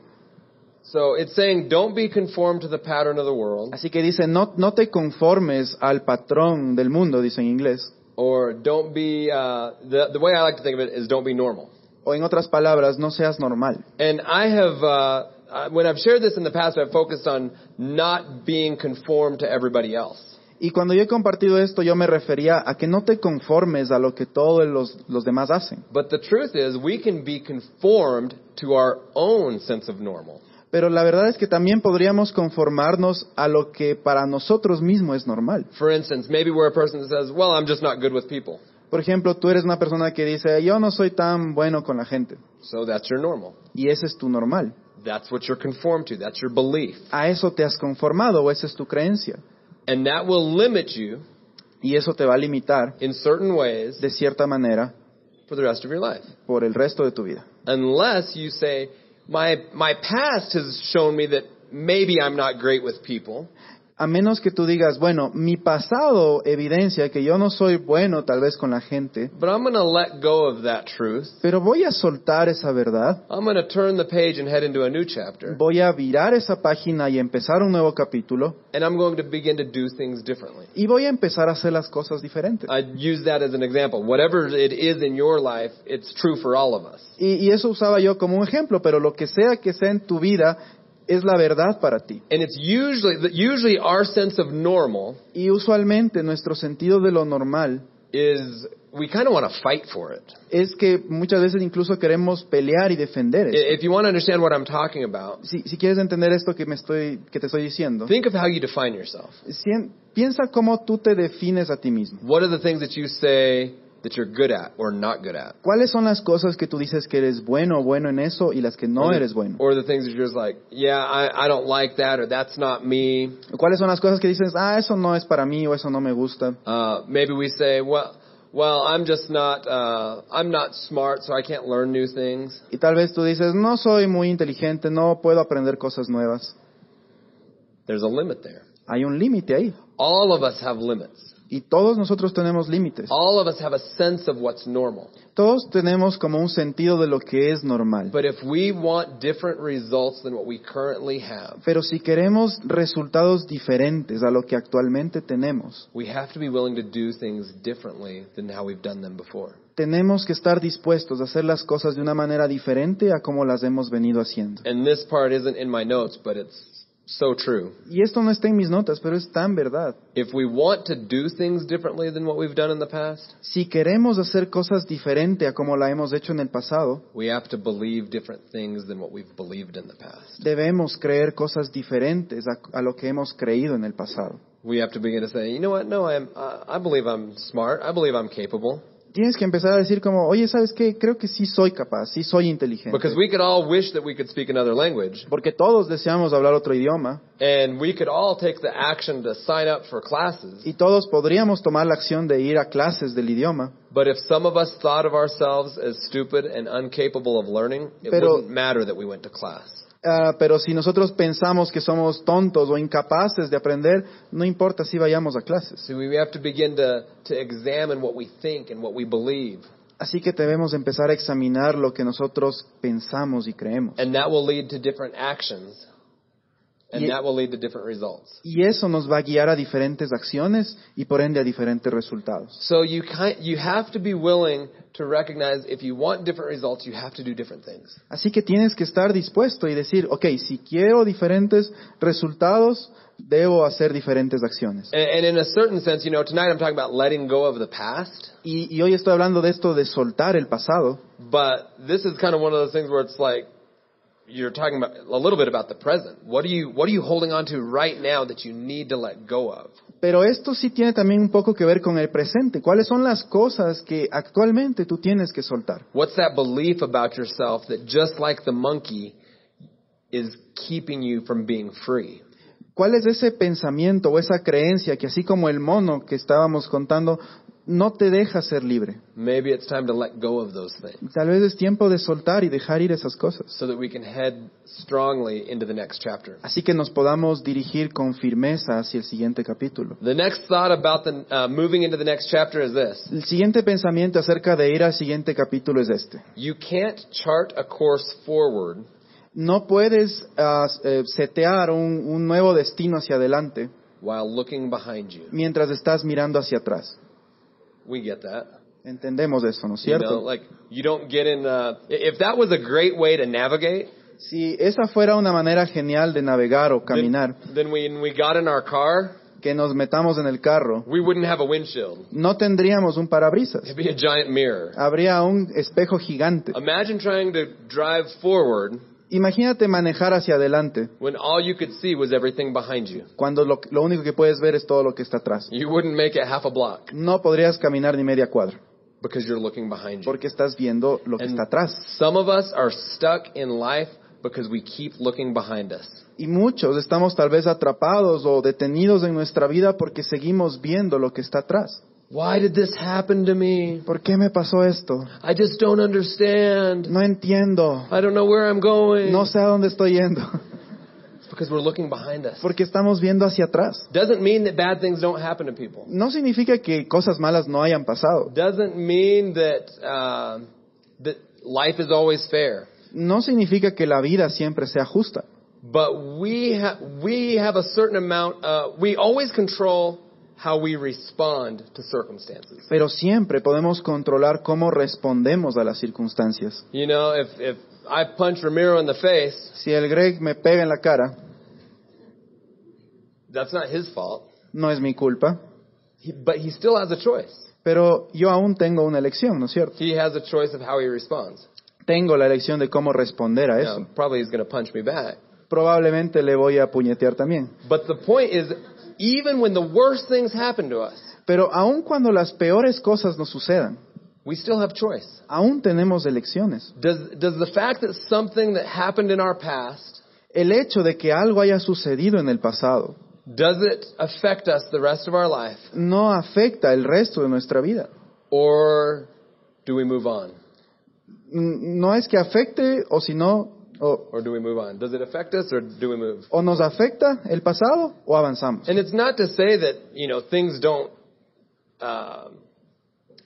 Speaker 2: So it's saying, don't be conformed to the pattern of the world,
Speaker 1: Así que dice, no, no te conformes al patrón del mundo, dice en inglés.
Speaker 2: or don't be. Uh, the the way I like to think of it is, don't be normal.
Speaker 1: O en otras palabras, no seas normal.
Speaker 2: And I have, uh, I- when I've shared this in the past, I've focused on not being conformed to everybody else.
Speaker 1: Y cuando yo he compartido esto, yo me refería a que no te conformes a lo que todos los, los demás hacen.
Speaker 2: But the truth is, we can be conformed to our own sense of normal.
Speaker 1: Pero la verdad es que también podríamos conformarnos a lo que para nosotros mismos es normal.
Speaker 2: For instance, maybe we're a person that says, "Well, I'm just not good with people,"
Speaker 1: Por ejemplo, tú eres una persona que dice, yo no soy tan bueno con la gente.
Speaker 2: so that's your normal.
Speaker 1: Y ese es tu normal.
Speaker 2: That's what you're conformed to. That's your belief.
Speaker 1: A eso te has conformado o esa es tu creencia.
Speaker 2: And that will limit you
Speaker 1: Y eso te va a limitar,
Speaker 2: in certain ways
Speaker 1: de cierta manera,
Speaker 2: for the rest of your life.
Speaker 1: por el resto de tu vida.
Speaker 2: Unless you say, my, my past has shown me that maybe I'm not great with people,
Speaker 1: A menos que tú digas, bueno, mi pasado evidencia que yo no soy bueno tal vez con la gente,
Speaker 2: but I'm going to let go of that truth.
Speaker 1: pero voy a soltar esa verdad,
Speaker 2: I'm going to turn the page and head into a new chapter,
Speaker 1: voy a virar esa página y empezar un nuevo capítulo
Speaker 2: and I'm going to begin to do things differently.
Speaker 1: y voy a empezar a hacer las cosas diferentes.
Speaker 2: I use that as an example. Whatever it is in your life, it's true for all of us.
Speaker 1: Y, y eso usaba yo como un ejemplo, pero lo que sea que sea en tu vida es la verdad para ti.
Speaker 2: And it's usually, usually our sense of normal
Speaker 1: Y usualmente nuestro sentido de lo normal
Speaker 2: is we kind of want to fight for it.
Speaker 1: es que muchas veces incluso queremos pelear y defender. eso.
Speaker 2: I- If you want to understand what I'm talking about,
Speaker 1: Si, si quieres entender esto que, me estoy, que te estoy diciendo,
Speaker 2: think of how you define yourself.
Speaker 1: sien- piensa cómo tú te defines a ti mismo.
Speaker 2: What are the things that you say that you're good at or not good at?
Speaker 1: ¿Cuáles son las cosas que tú dices que eres bueno o bueno en eso y las que no
Speaker 2: Or the-
Speaker 1: eres bueno?
Speaker 2: Or the things that you're just like, yeah, I, I don't like that or that's not me.
Speaker 1: ¿Cuáles son las cosas que dices, ah, eso no es para mí o eso no me gusta?
Speaker 2: Uh, maybe we say, well, well, I'm just not, uh, I'm not smart, so I can't learn new things.
Speaker 1: Y tal vez tú dices, no soy muy inteligente, no puedo aprender cosas nuevas.
Speaker 2: There's a limit there.
Speaker 1: Hay un límite ahí.
Speaker 2: All of us have limits.
Speaker 1: Y todos nosotros tenemos límites.
Speaker 2: All of us have a sense of what's normal.
Speaker 1: Todos tenemos como un sentido de lo que es normal.
Speaker 2: But if we want different results than what we currently have,
Speaker 1: Pero si queremos resultados diferentes a lo que actualmente tenemos,
Speaker 2: we have to be willing to do things differently than how we've done them before.
Speaker 1: tenemos que estar dispuestos a hacer las cosas de una manera diferente a como las hemos venido haciendo.
Speaker 2: And this part isn't in my notes, but it's so true.
Speaker 1: Y esto no está en mis notas, pero es tan verdad.
Speaker 2: If we want to do things differently than what we've done in the past,
Speaker 1: Si queremos hacer cosas diferente a como la hemos hecho en el pasado,
Speaker 2: we have to believe different things than what we've believed in the past.
Speaker 1: debemos creer cosas diferentes a, a lo que hemos creído en el pasado.
Speaker 2: We have to begin to say, you know what? No, I'm. I I believe I'm smart. I believe I'm capable.
Speaker 1: Tienes que empezar a decir como, oye, ¿sabes qué? Creo que sí soy capaz, sí soy inteligente.
Speaker 2: Because we could all wish that we could speak another language,
Speaker 1: Porque todos deseamos hablar otro idioma
Speaker 2: and we could all take the action to sign up for classes.
Speaker 1: y todos podríamos tomar la acción de ir a clases del idioma.
Speaker 2: But if some of us thought of ourselves as stupid and incapable of learning, it
Speaker 1: Pero-
Speaker 2: wouldn't matter that we went to class.
Speaker 1: Ah, pero si nosotros pensamos que somos tontos o incapaces de aprender, no importa si vayamos a clases.
Speaker 2: So we have to begin to to examine what we think and what we believe.
Speaker 1: Así que debemos empezar a examinar lo que nosotros pensamos y creemos.
Speaker 2: And that will lead to different actions. and
Speaker 1: Ye-
Speaker 2: that will lead to different results.
Speaker 1: Y eso nos va a guiar a diferentes acciones y por ende a diferentes resultados.
Speaker 2: So you kind, you have to be willing to recognize if you want different results, you have to do different things.
Speaker 1: Así que tienes que estar dispuesto y decir, ok, si quiero diferentes resultados, debo hacer diferentes acciones.
Speaker 2: And, and in a certain sense, you know, tonight I'm talking about letting go of the past,
Speaker 1: Y, y hoy estoy hablando de esto de soltar el pasado,
Speaker 2: but this is kind of one of those things where it's like you're talking about a little bit about the present. What are you what are you holding on to right now that you need to let go of?
Speaker 1: pero esto sí tiene también un poco que ver con el presente. ¿Cuáles son las cosas que actualmente tú tienes que soltar?
Speaker 2: What's that belief about yourself that just like the monkey is keeping you from being free?
Speaker 1: ¿Cuál es ese pensamiento o esa creencia que así como el mono que estábamos contando, no te deja ser libre?
Speaker 2: Maybe it's time to let go of those things
Speaker 1: Tal vez es tiempo de soltar y dejar ir esas cosas.
Speaker 2: so that we can head strongly into the next chapter.
Speaker 1: Así que nos podamos dirigir con firmeza hacia el siguiente capítulo.
Speaker 2: The next thought about the uh, moving into the next chapter is this.
Speaker 1: El siguiente pensamiento acerca de ir al siguiente capítulo es este.
Speaker 2: You can't chart a course forward
Speaker 1: No puedes ah, eh, setear un, un nuevo destino hacia adelante
Speaker 2: while looking behind you.
Speaker 1: mientras estás mirando hacia atrás.
Speaker 2: We get that.
Speaker 1: Entendemos eso, ¿no es
Speaker 2: You know,
Speaker 1: cierto?
Speaker 2: like you don't get in. Uh, if that was a great way to navigate,
Speaker 1: Si esa fuera una manera genial de navegar o
Speaker 2: then,
Speaker 1: caminar,
Speaker 2: then when we got in our car,
Speaker 1: que nos metamos en el carro
Speaker 2: we wouldn't have a windshield.
Speaker 1: no tendríamos un parabrisas.
Speaker 2: It'd be a giant mirror.
Speaker 1: Habría un espejo gigante.
Speaker 2: Imagine trying to drive forward
Speaker 1: Imagínate manejar hacia adelante
Speaker 2: when all you could see was everything behind you.
Speaker 1: cuando lo, lo único que puedes ver es todo lo que está atrás.
Speaker 2: You wouldn't make it half a block
Speaker 1: No podrías caminar ni media cuadra
Speaker 2: because you're looking behind you.
Speaker 1: porque estás viendo lo que
Speaker 2: And
Speaker 1: está atrás.
Speaker 2: Some of us are stuck in life because we keep looking behind us.
Speaker 1: Y muchos estamos tal vez atrapados o detenidos en nuestra vida porque seguimos viendo lo que está atrás.
Speaker 2: Why did this happen to me?
Speaker 1: ¿Por qué me pasó esto?
Speaker 2: I just don't understand.
Speaker 1: No entiendo.
Speaker 2: I don't know where I'm going.
Speaker 1: No sé a dónde estoy yendo. (laughs)
Speaker 2: It's because we're looking behind us.
Speaker 1: Porque estamos viendo hacia atrás.
Speaker 2: Doesn't mean that bad things don't happen to people.
Speaker 1: No significa que cosas malas no hayan pasado.
Speaker 2: Doesn't mean that uh, that life is always fair.
Speaker 1: No significa que la vida siempre sea justa.
Speaker 2: But we ha- we have a certain amount. Uh, we always control how we respond to circumstances.
Speaker 1: pero siempre podemos controlar cómo respondemos a las circunstancias.
Speaker 2: You know, if if I punch Ramiro in the face,
Speaker 1: Si el Greg me pega en la cara,
Speaker 2: that's not his fault.
Speaker 1: no es mi culpa,
Speaker 2: He, but he still has a choice.
Speaker 1: pero yo aún tengo una elección, ¿no es cierto?
Speaker 2: He has a choice of how he responds.
Speaker 1: Tengo la elección de cómo responder a eso.
Speaker 2: Now, probably he's going to punch me back.
Speaker 1: Probablemente le voy a puñetear también.
Speaker 2: But the point is, even when the worst things happen to us,
Speaker 1: Pero aún cuando las peores cosas nos sucedan,
Speaker 2: we still have choice.
Speaker 1: aún tenemos elecciones.
Speaker 2: Does, does the fact that something that happened in our past,
Speaker 1: El hecho de que algo haya sucedido en el pasado
Speaker 2: does it affect us the rest of our life?
Speaker 1: no afecta el resto de nuestra vida.
Speaker 2: Or do we move on?
Speaker 1: N- No es que afecte o si no, o,
Speaker 2: Or do we move on? Does it affect us or do we move?
Speaker 1: o nos afecta el pasado o avanzamos.
Speaker 2: And it's not to say that, you know, things don't um,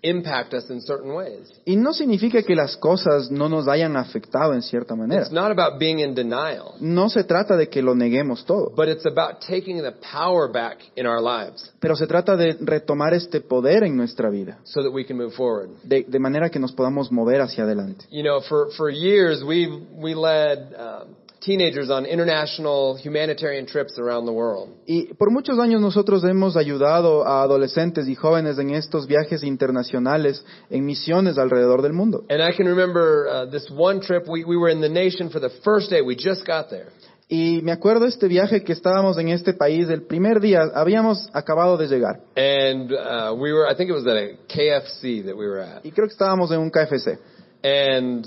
Speaker 2: impact us in certain ways.
Speaker 1: Y no significa que las cosas no nos hayan afectado en cierta manera.
Speaker 2: It's not about being in denial,
Speaker 1: No se trata de que lo neguemos todo,
Speaker 2: but it's about taking the power back in our lives
Speaker 1: pero se trata de retomar este poder en nuestra vida,
Speaker 2: so that we can move forward.
Speaker 1: de, de manera que nos podamos mover hacia adelante.
Speaker 2: You know, for, for years we we led um, teenagers on international humanitarian trips around the world.
Speaker 1: Y por muchos años nosotros hemos ayudado a adolescentes y jóvenes en estos viajes internacionales, en misiones alrededor del mundo.
Speaker 2: And I can remember uh, this one trip. We, we were in the nation for the first day. We just got there.
Speaker 1: Y me acuerdo este viaje que estábamos en este país, el primer día habíamos acabado de llegar
Speaker 2: And uh, we were, I think it was at a KFC that we were at.
Speaker 1: y creo que estábamos en un KFC.
Speaker 2: And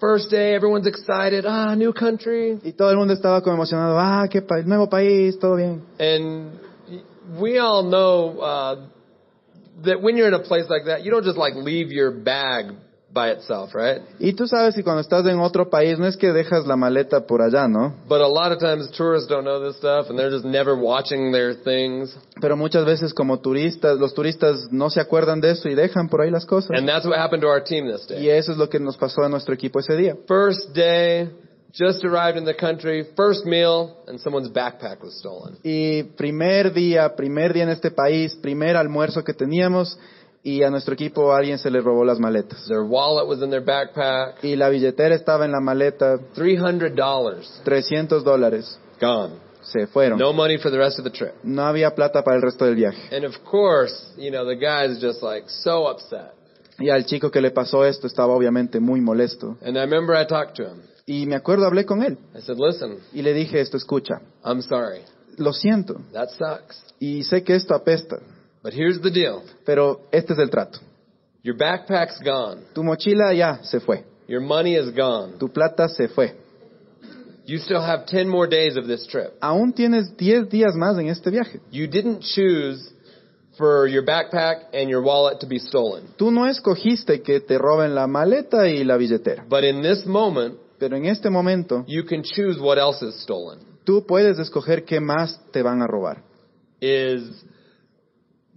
Speaker 2: first day, everyone's excited. Ah, new country.
Speaker 1: Y todo el mundo estaba como emocionado, ah, qué país, nuevo país, todo bien.
Speaker 2: And we all know uh, that when you're in a place like that, you don't just like leave your bag by itself, right?
Speaker 1: Y tú sabes que cuando estás en otro país no es que dejas la maleta por allá, ¿no?
Speaker 2: But a lot of times tourists don't know this stuff and they're just never watching their things.
Speaker 1: Pero muchas veces como turistas, los turistas no se acuerdan de eso y dejan por ahí las cosas.
Speaker 2: And that's what happened to our team this day.
Speaker 1: Y eso es lo que nos pasó a nuestro equipo ese día.
Speaker 2: First day, Just arrived in the country, first meal, and someone's backpack was stolen.
Speaker 1: Y primer día, primer día en este país, primer almuerzo que teníamos y a nuestro equipo alguien se le robó las maletas.
Speaker 2: Their wallet was in their backpack.
Speaker 1: Y la billetera estaba en la maleta,
Speaker 2: $300
Speaker 1: 300 dólares.
Speaker 2: gone.
Speaker 1: Se fueron.
Speaker 2: No money for the rest of the trip.
Speaker 1: No había plata para el resto del viaje.
Speaker 2: And of course, you know, the guy's just like so upset.
Speaker 1: Y al chico que le pasó esto estaba obviamente muy molesto.
Speaker 2: And I remember I talked to him.
Speaker 1: Y me acuerdo, hablé con él
Speaker 2: I said, listen,
Speaker 1: y le dije esto, escucha,
Speaker 2: I'm sorry.
Speaker 1: lo siento
Speaker 2: That sucks.
Speaker 1: y sé que esto apesta,
Speaker 2: But here's the deal.
Speaker 1: pero este es el trato.
Speaker 2: Your backpack's gone.
Speaker 1: Tu mochila ya se fue,
Speaker 2: Your money is gone.
Speaker 1: tu plata se fue.
Speaker 2: You still have 10 more days of this trip.
Speaker 1: Aún tienes 10 días más en este viaje.
Speaker 2: You didn't choose for your backpack and your wallet to be stolen.
Speaker 1: Tú no escogiste que te roben la maleta y la billetera,
Speaker 2: But in this moment,
Speaker 1: pero en este momento
Speaker 2: you can choose what else is stolen.
Speaker 1: tú puedes escoger qué más te van a robar.
Speaker 2: Is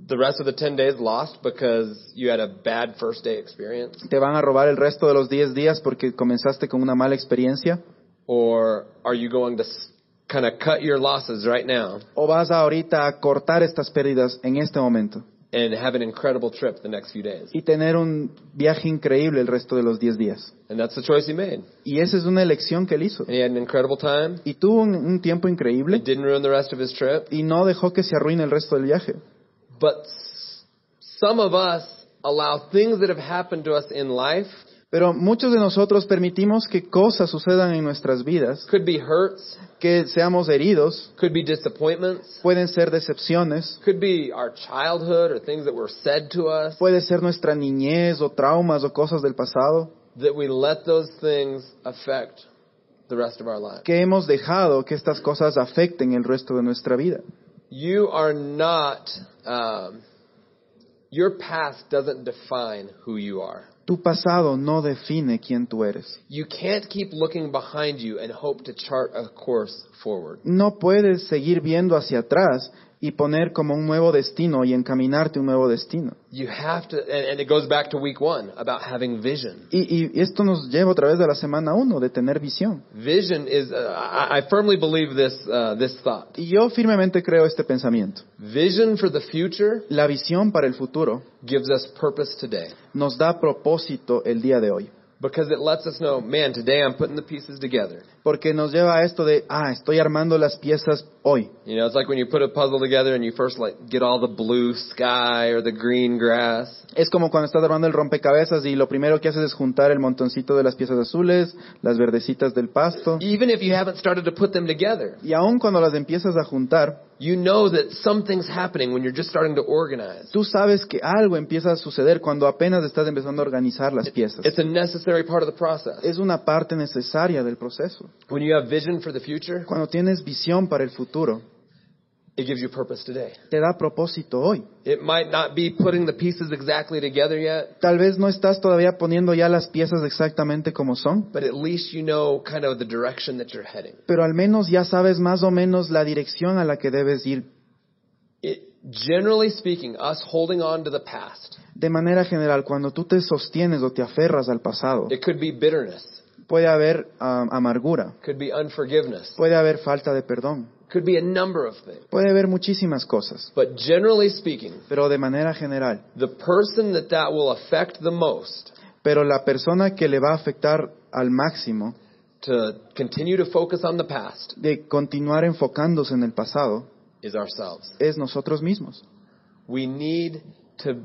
Speaker 2: the rest of the 10 days lost because you had a bad first day experience?
Speaker 1: Te van a robar el resto de los 10 días porque comenzaste con una mala experiencia.
Speaker 2: or are you going to kind of cut your losses right now
Speaker 1: O vas ahorita a cortar estas pérdidas en este momento
Speaker 2: and have an incredible trip the next few days?
Speaker 1: y tener un viaje increíble el resto de los 10 días.
Speaker 2: And that's the choice he made.
Speaker 1: Y esa es una elección que él hizo.
Speaker 2: And he had an incredible time.
Speaker 1: Y tuvo un, un tiempo
Speaker 2: It
Speaker 1: increíble
Speaker 2: didn't ruin the rest of his trip.
Speaker 1: y no dejó que se arruine el resto del viaje.
Speaker 2: But s- some of us allow things that have happened to us in life,
Speaker 1: Pero muchos de nosotros permitimos que cosas sucedan en nuestras vidas,
Speaker 2: could be hurts,
Speaker 1: que seamos heridos,
Speaker 2: could be disappointments,
Speaker 1: pueden ser decepciones,
Speaker 2: could be our childhood or things that were said to us,
Speaker 1: puede ser nuestra niñez o traumas o cosas del pasado,
Speaker 2: that we let those things affect the rest of our life.
Speaker 1: que hemos dejado que estas cosas afecten el resto de nuestra vida.
Speaker 2: you are not um, your past doesn't define who you are
Speaker 1: Tu pasado no define quién tú eres.
Speaker 2: you can't keep looking behind you and hope to chart a course forward
Speaker 1: No puedes seguir viendo hacia atrás y poner como un nuevo destino y encaminarte un nuevo destino.
Speaker 2: you have to and, and it goes back to week one about having vision
Speaker 1: Y, y esto nos lleva otra vez a la semana uno de tener visión.
Speaker 2: vision is uh, I, I firmly believe this uh, this thought
Speaker 1: Y yo firmemente creo este pensamiento.
Speaker 2: vision for the future
Speaker 1: La visión para el futuro
Speaker 2: gives us purpose today
Speaker 1: nos da propósito el día de hoy,
Speaker 2: because it lets us know man today i'm putting the pieces together
Speaker 1: porque nos lleva a esto de, ah, estoy armando las piezas hoy.
Speaker 2: you know it's like when you put a puzzle together and you first like get all the blue sky or the green grass
Speaker 1: Es como cuando estás armando el rompecabezas y lo primero que haces es juntar el montoncito de las piezas azules, las verdecitas del pasto,
Speaker 2: even if you haven't started to put them together,
Speaker 1: y aun cuando las empiezas a juntar,
Speaker 2: you know that something's happening when you're just starting to organize.
Speaker 1: tú sabes que algo empieza a suceder cuando apenas estás empezando a organizar las piezas.
Speaker 2: It's a necessary part of the process.
Speaker 1: Es una parte necesaria del proceso.
Speaker 2: When you have vision for the future,
Speaker 1: Cuando tienes visión para el futuro,
Speaker 2: it gives you purpose today.
Speaker 1: te da propósito hoy.
Speaker 2: It might not be putting the pieces exactly together yet,
Speaker 1: Tal vez no estás todavía poniendo ya las piezas exactamente como son,
Speaker 2: but at least you know kind of the direction that you're heading.
Speaker 1: pero al menos ya sabes más o menos la dirección a la que debes ir.
Speaker 2: It, generally speaking, us holding on to the past,
Speaker 1: De manera general, cuando tú te sostienes o te aferras al pasado,
Speaker 2: it could be bitterness,
Speaker 1: puede haber ah, amargura,
Speaker 2: could be unforgiveness,
Speaker 1: puede haber falta de perdón,
Speaker 2: could be a number of things.
Speaker 1: puede haber muchísimas cosas,
Speaker 2: But generally speaking,
Speaker 1: pero de manera general.
Speaker 2: the person that that will affect the most
Speaker 1: Pero la persona que le va a afectar al máximo
Speaker 2: to continue to focus on the past
Speaker 1: de continuar enfocándose en el pasado
Speaker 2: is ourselves.
Speaker 1: es nosotros mismos.
Speaker 2: We need to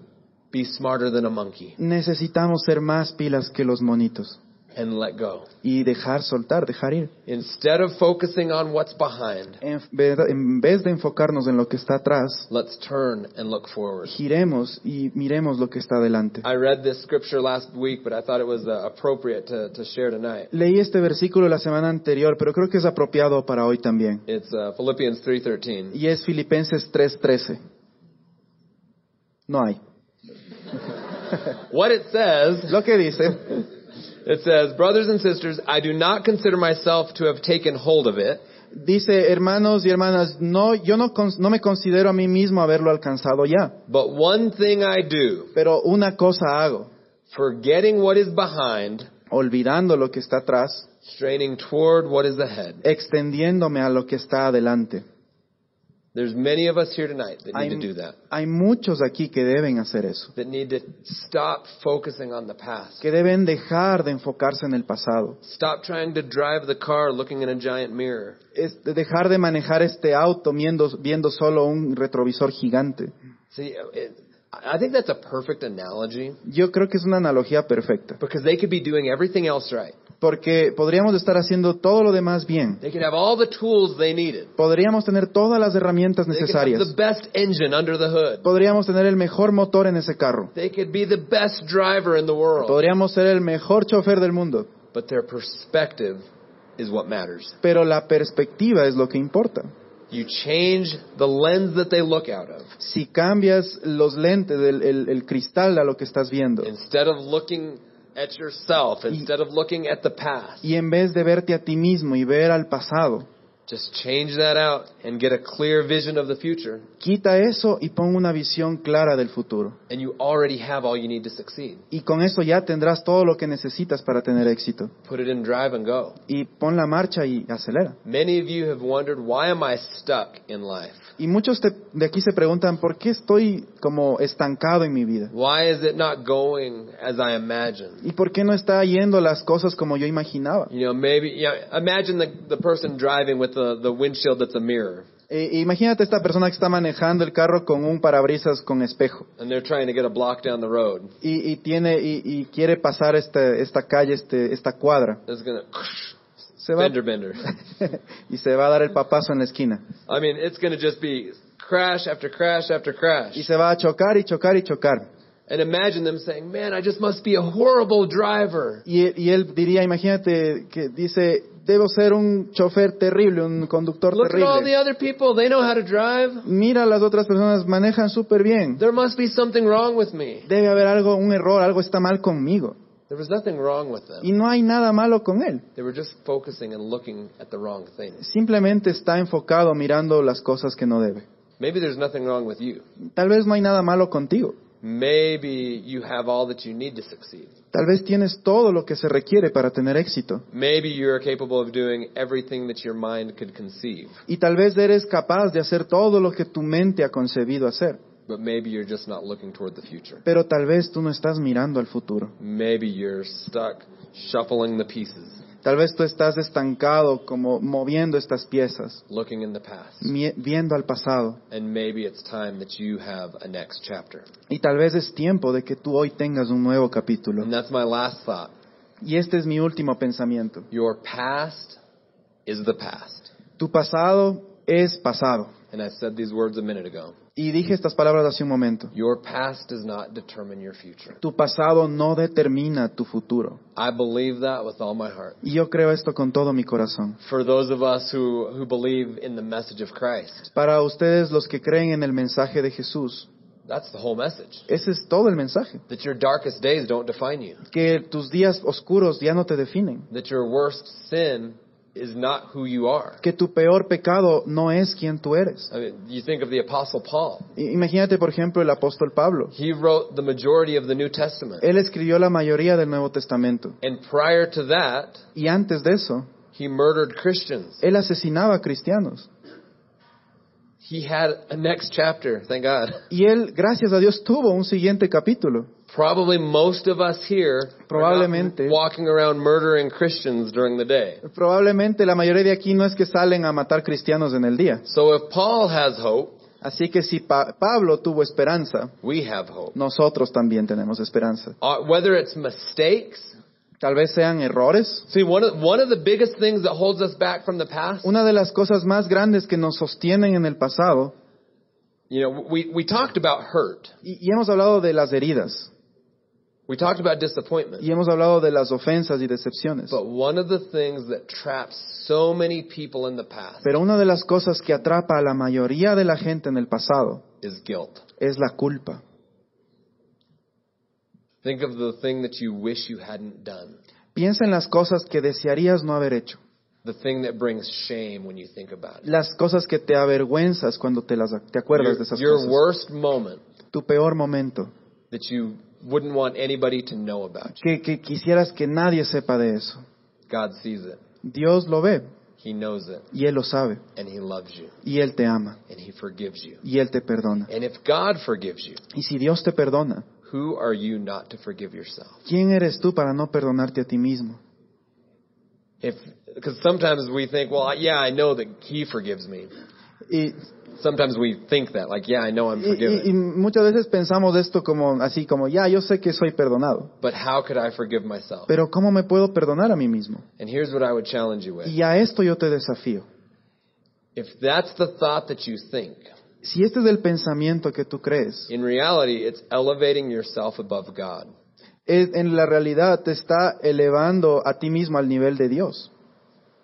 Speaker 2: be smarter than a monkey
Speaker 1: Necesitamos ser más pilas que los monitos
Speaker 2: and let go.
Speaker 1: y dejar soltar, dejar ir.
Speaker 2: Instead of focusing on what's behind,
Speaker 1: En vez- en vez de enfocarnos en lo que está atrás,
Speaker 2: let's turn and look forward.
Speaker 1: giremos y miremos lo que está delante.
Speaker 2: I read this scripture last week, but I thought it was uh, appropriate to, to share tonight.
Speaker 1: Leí este versículo la semana anterior, pero creo que es apropiado para hoy también.
Speaker 2: It's uh, Philippians 3:13.
Speaker 1: Y es Filipenses 3:13. No hay.
Speaker 2: What it says,
Speaker 1: Lo que dice,
Speaker 2: it says, "Brothers and sisters, I do not consider myself to have taken hold of it,
Speaker 1: dice, hermanos y hermanas, no, yo no, cons- no me considero a mí mismo haberlo alcanzado ya,
Speaker 2: but one thing I do,
Speaker 1: pero una cosa hago,
Speaker 2: forgetting what is behind
Speaker 1: olvidando lo que está atrás
Speaker 2: straining toward what is ahead.
Speaker 1: extendiéndome a lo que está adelante.
Speaker 2: There's many of us here tonight that need
Speaker 1: Hay,
Speaker 2: to do that.
Speaker 1: hay muchos aquí que deben hacer eso,
Speaker 2: That need to stop focusing on the past.
Speaker 1: que deben dejar de enfocarse en el pasado,
Speaker 2: Stop trying to drive the car looking in a giant mirror.
Speaker 1: es de dejar de manejar este auto viendo, viendo solo un retrovisor gigante.
Speaker 2: See, it, I I think that's a perfect analogy
Speaker 1: Yo creo que es una analogía perfecta,
Speaker 2: because they could be doing everything else right.
Speaker 1: porque podríamos estar haciendo todo lo demás bien,
Speaker 2: They could have all the tools they needed.
Speaker 1: podríamos tener todas las herramientas
Speaker 2: They could have the
Speaker 1: necesarias,
Speaker 2: best engine under the hood.
Speaker 1: podríamos tener el mejor motor en ese carro,
Speaker 2: They could be the best driver in the world.
Speaker 1: podríamos ser el mejor chofer del mundo,
Speaker 2: But their perspective is what matters.
Speaker 1: pero la perspectiva es lo que importa.
Speaker 2: You change the lens that they look out of.
Speaker 1: si cambias los lentes, el, el- el cristal a lo que estás viendo,
Speaker 2: Instead of looking at yourself, instead of looking at the past,
Speaker 1: y en vez de verte a ti mismo y ver al pasado,
Speaker 2: just change that out and get a clear vision of the future,
Speaker 1: quita eso y pon una visión clara del futuro.
Speaker 2: and you already have all you need to succeed.
Speaker 1: Y con eso ya tendrás todo lo que necesitas para tener éxito.
Speaker 2: Put it in drive and go.
Speaker 1: Y pon la marcha y acelera.
Speaker 2: Many of you have wondered, why am I stuck in life?
Speaker 1: Y muchos te- de aquí se preguntan, ¿por qué estoy como estancado en mi vida?
Speaker 2: Why is it not going as I imagined?
Speaker 1: ¿Y por qué no está yendo las cosas como yo imaginaba?
Speaker 2: You know, maybe, yeah, imagine the, the person driving with the, the windshield that's a mirror,
Speaker 1: E- imagínate esta persona que está manejando el carro con un parabrisas con espejo.
Speaker 2: and they're trying to get a block down the road.
Speaker 1: y, y tiene y, y quiere pasar este, esta calle, este, esta cuadra.
Speaker 2: It's gonna,
Speaker 1: Se va
Speaker 2: fender bender.
Speaker 1: (laughs) y se va a dar el papazo en la esquina
Speaker 2: I mean, it's gonna just be crash after crash after crash.
Speaker 1: y se va a chocar y chocar y chocar.
Speaker 2: And imagine them saying, man, I just must be a horrible driver.
Speaker 1: Y, él- y él diría, imagínate que dice, debo ser un chofer terrible, un conductor
Speaker 2: Look at all the
Speaker 1: terrible.
Speaker 2: other people. They know how to drive.
Speaker 1: Mira, las otras personas manejan súper bien.
Speaker 2: There must be something wrong with me.
Speaker 1: Debe haber algo, un error, algo está mal conmigo.
Speaker 2: There was nothing wrong with them.
Speaker 1: Y no hay nada malo con él.
Speaker 2: They were just focusing and looking at the wrong things.
Speaker 1: Simplemente está enfocado mirando las cosas que no debe.
Speaker 2: Maybe there's nothing wrong with you.
Speaker 1: Tal vez no hay nada malo contigo.
Speaker 2: Maybe you have all that you need to succeed.
Speaker 1: Tal vez tienes todo lo que se requiere para tener éxito.
Speaker 2: Maybe you're capable of doing everything that your mind could conceive,
Speaker 1: Y tal vez eres capaz de hacer todo lo que tu mente ha concebido hacer,
Speaker 2: but maybe you're just not looking toward the future.
Speaker 1: pero tal vez tú no estás mirando al futuro.
Speaker 2: Maybe you're stuck shuffling the pieces,
Speaker 1: Tal vez tú estás estancado como moviendo estas piezas,
Speaker 2: looking in the past.
Speaker 1: mi- viendo al pasado.
Speaker 2: And maybe it's time that you have a next chapter.
Speaker 1: Y tal vez es tiempo de que tú hoy tengas un nuevo capítulo.
Speaker 2: And that's my last thought.
Speaker 1: Y este es mi último pensamiento.
Speaker 2: Your past is the past.
Speaker 1: Tu pasado es pasado.
Speaker 2: And I said these words a minute ago.
Speaker 1: Y dije estas palabras hace un momento.
Speaker 2: Your past does not determine your future.
Speaker 1: Tu pasado no determina tu futuro.
Speaker 2: I believe that with all my heart.
Speaker 1: Y yo creo esto con todo mi corazón.
Speaker 2: For those of us who, who believe in the message of Christ,
Speaker 1: Para ustedes los que creen en el mensaje de Jesús,
Speaker 2: that's the whole message.
Speaker 1: ese es todo el mensaje.
Speaker 2: That your darkest days don't define you.
Speaker 1: Que tus días oscuros ya no te definen.
Speaker 2: That your worst sin is not who you are.
Speaker 1: Que tu peor pecado no es quien tú eres.
Speaker 2: I mean, you think of the Apostle Paul.
Speaker 1: I- Imagínate, por ejemplo, el apóstol Pablo.
Speaker 2: He wrote the majority of the New Testament.
Speaker 1: Él escribió la mayoría del Nuevo Testamento.
Speaker 2: And prior to that,
Speaker 1: Y antes de eso,
Speaker 2: He murdered Christians.
Speaker 1: él asesinaba a cristianos.
Speaker 2: He had a next chapter, thank God.
Speaker 1: Y él, gracias a Dios, tuvo un siguiente capítulo.
Speaker 2: Probably most of us here are
Speaker 1: Probablemente.
Speaker 2: not walking around murdering Christians during the day.
Speaker 1: Probablemente la mayoría de aquí no es que salen a matar cristianos en el día.
Speaker 2: So if Paul has hope,
Speaker 1: Así que si Pa- Pablo tuvo esperanza,
Speaker 2: we have hope.
Speaker 1: nosotros también tenemos esperanza.
Speaker 2: Uh, whether it's mistakes,
Speaker 1: Tal vez sean errores.
Speaker 2: see one of one of the biggest things that holds us back from the past.
Speaker 1: Una de las cosas más grandes que nos sostienen en el pasado,
Speaker 2: You know, we we talked about hurt.
Speaker 1: y, y hemos hablado de las heridas,
Speaker 2: We talked about disappointment.
Speaker 1: y hemos hablado de las ofensas y decepciones,
Speaker 2: But one of the things that traps so many people in the past
Speaker 1: pero una de las cosas que atrapa a la mayoría de la gente en el pasado
Speaker 2: is guilt.
Speaker 1: es la culpa.
Speaker 2: Think of the thing that you wish you hadn't done.
Speaker 1: Piensa en las cosas que desearías no haber hecho,
Speaker 2: the thing that brings shame when you think about it.
Speaker 1: las cosas que te avergüenzas cuando te, las, te acuerdas de
Speaker 2: Your,
Speaker 1: esas
Speaker 2: your
Speaker 1: cosas,
Speaker 2: worst moment
Speaker 1: tu peor momento,
Speaker 2: that you wouldn't want anybody to know about.
Speaker 1: que, que quisieras que nadie sepa de eso.
Speaker 2: God sees it.
Speaker 1: Dios lo ve
Speaker 2: He knows it.
Speaker 1: y Él lo sabe
Speaker 2: And He loves you.
Speaker 1: y Él te ama
Speaker 2: And He forgives you.
Speaker 1: y Él te perdona.
Speaker 2: And if God forgives you,
Speaker 1: Y si Dios te perdona,
Speaker 2: who are you not to forgive yourself?
Speaker 1: ¿quién eres tú para no perdonarte a ti mismo?
Speaker 2: If, because sometimes we think, well, yeah, I know that He forgives me.
Speaker 1: Y,
Speaker 2: Sometimes we think that, like, yeah, I know I'm
Speaker 1: y- y- y
Speaker 2: forgiven.
Speaker 1: muchas veces pensamos esto como así como, ya, yo sé que soy perdonado,
Speaker 2: But how could I forgive myself?
Speaker 1: pero ¿cómo me puedo perdonar a mí mismo?
Speaker 2: And here's what I would challenge you with.
Speaker 1: Y a esto yo te desafío.
Speaker 2: If that's the thought that you think,
Speaker 1: Si este es el pensamiento que tú crees,
Speaker 2: in reality, it's elevating yourself above God.
Speaker 1: es, en la realidad te está elevando a ti mismo al nivel de Dios.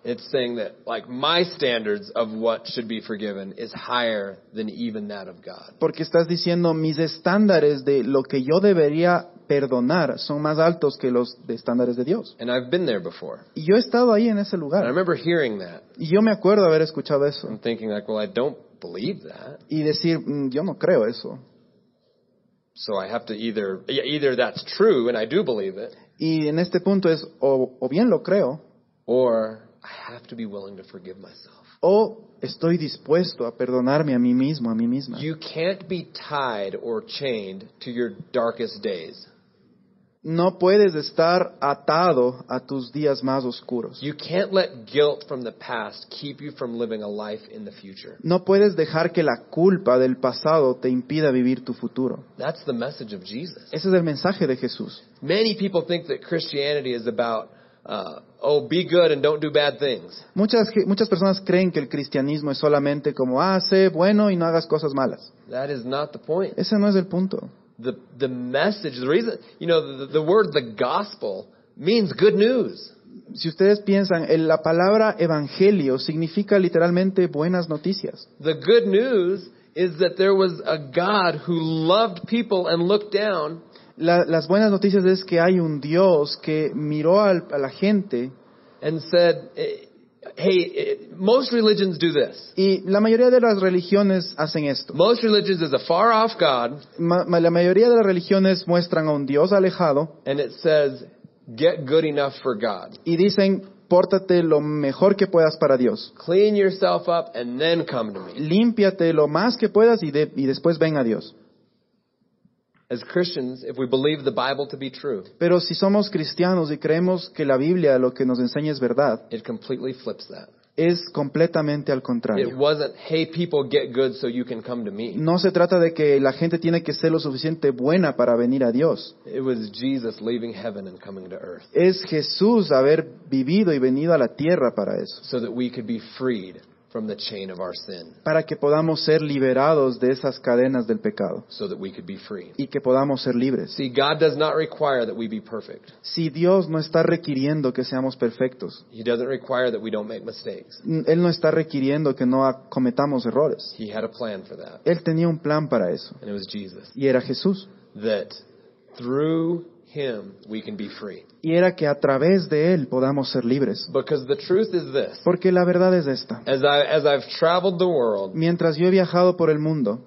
Speaker 2: It's saying that, like, my standards of what should be forgiven is higher than even that of God.
Speaker 1: Porque estás diciendo, mis estándares de lo que yo debería perdonar son más altos que los de estándares de Dios.
Speaker 2: And I've been there before.
Speaker 1: Y yo he estado ahí en ese
Speaker 2: And I
Speaker 1: lugar.
Speaker 2: remember hearing that
Speaker 1: Y yo me acuerdo haber escuchado eso.
Speaker 2: and thinking, like, well, I don't believe that.
Speaker 1: Y decir, "Mm, yo no creo eso.
Speaker 2: So I have to either, yeah, either that's true and I do believe it,
Speaker 1: Y en este punto es, o, o bien lo creo,
Speaker 2: or I have to be willing to forgive myself.
Speaker 1: o estoy dispuesto a perdonarme a mí mismo, a mí misma.
Speaker 2: You can't be tied or chained to your darkest days.
Speaker 1: No puedes estar atado a tus días más oscuros.
Speaker 2: You can't let guilt from the past keep you from living a life in the future.
Speaker 1: No puedes dejar que la culpa del pasado te impida vivir tu futuro.
Speaker 2: That's the message of Jesus.
Speaker 1: Ese es el mensaje de Jesús.
Speaker 2: Many people think that Christianity is about, uh, oh, be good and don't do bad things.
Speaker 1: Muchas, ge- muchas personas creen que el cristianismo es solamente como, ah, sé bueno y no hagas cosas malas.
Speaker 2: That is not the point.
Speaker 1: Ese no es el punto.
Speaker 2: The, the message, the reason, you know, the, the word the gospel means good news.
Speaker 1: Si ustedes piensan, el- la palabra evangelio significa literalmente buenas noticias.
Speaker 2: The good news is that there was a God who loved people and looked down
Speaker 1: La- las buenas noticias es que hay un Dios que miró al- a la gente
Speaker 2: and said, eh, hey, eh, most religions do this.
Speaker 1: y la mayoría de las religiones hacen esto.
Speaker 2: Most religions is a far off God
Speaker 1: Ma- ma- la mayoría de las religiones muestran a un Dios alejado
Speaker 2: and it says, get good enough for God.
Speaker 1: y dicen, pórtate lo mejor que puedas para Dios.
Speaker 2: Clean yourself up and then come to me.
Speaker 1: Límpiate lo más que puedas y, de- y después ven a Dios.
Speaker 2: As Christians, if we believe the Bible to be true,
Speaker 1: Pero si somos cristianos y creemos que la Biblia lo que nos enseña es verdad,
Speaker 2: it completely flips that.
Speaker 1: es completamente al
Speaker 2: It
Speaker 1: contrario.
Speaker 2: wasn't, hey, people get good so you can come to me.
Speaker 1: No se trata de que la gente tiene que ser lo suficiente buena para venir a Dios.
Speaker 2: It was Jesus leaving heaven and coming to earth
Speaker 1: Es Jesús haber vivido y venido a la tierra para eso,
Speaker 2: so that we could be freed from the chain of our sin,
Speaker 1: para que podamos ser liberados de esas cadenas del pecado
Speaker 2: so that we could be free.
Speaker 1: y que podamos ser libres.
Speaker 2: See, God does not require that we be perfect.
Speaker 1: Si Dios no está requiriendo que seamos perfectos,
Speaker 2: He doesn't require that we don't make mistakes.
Speaker 1: Él no está requiriendo que no a- cometamos errores.
Speaker 2: He had a plan for that,
Speaker 1: Él tenía un plan para eso
Speaker 2: and it was Jesus.
Speaker 1: y era Jesús.
Speaker 2: That through Him we can be free.
Speaker 1: y era que a través de él podamos ser libres.
Speaker 2: Because the truth is this:
Speaker 1: Porque la verdad es esta.
Speaker 2: as I as I've traveled the world,
Speaker 1: Mientras yo he viajado por el mundo,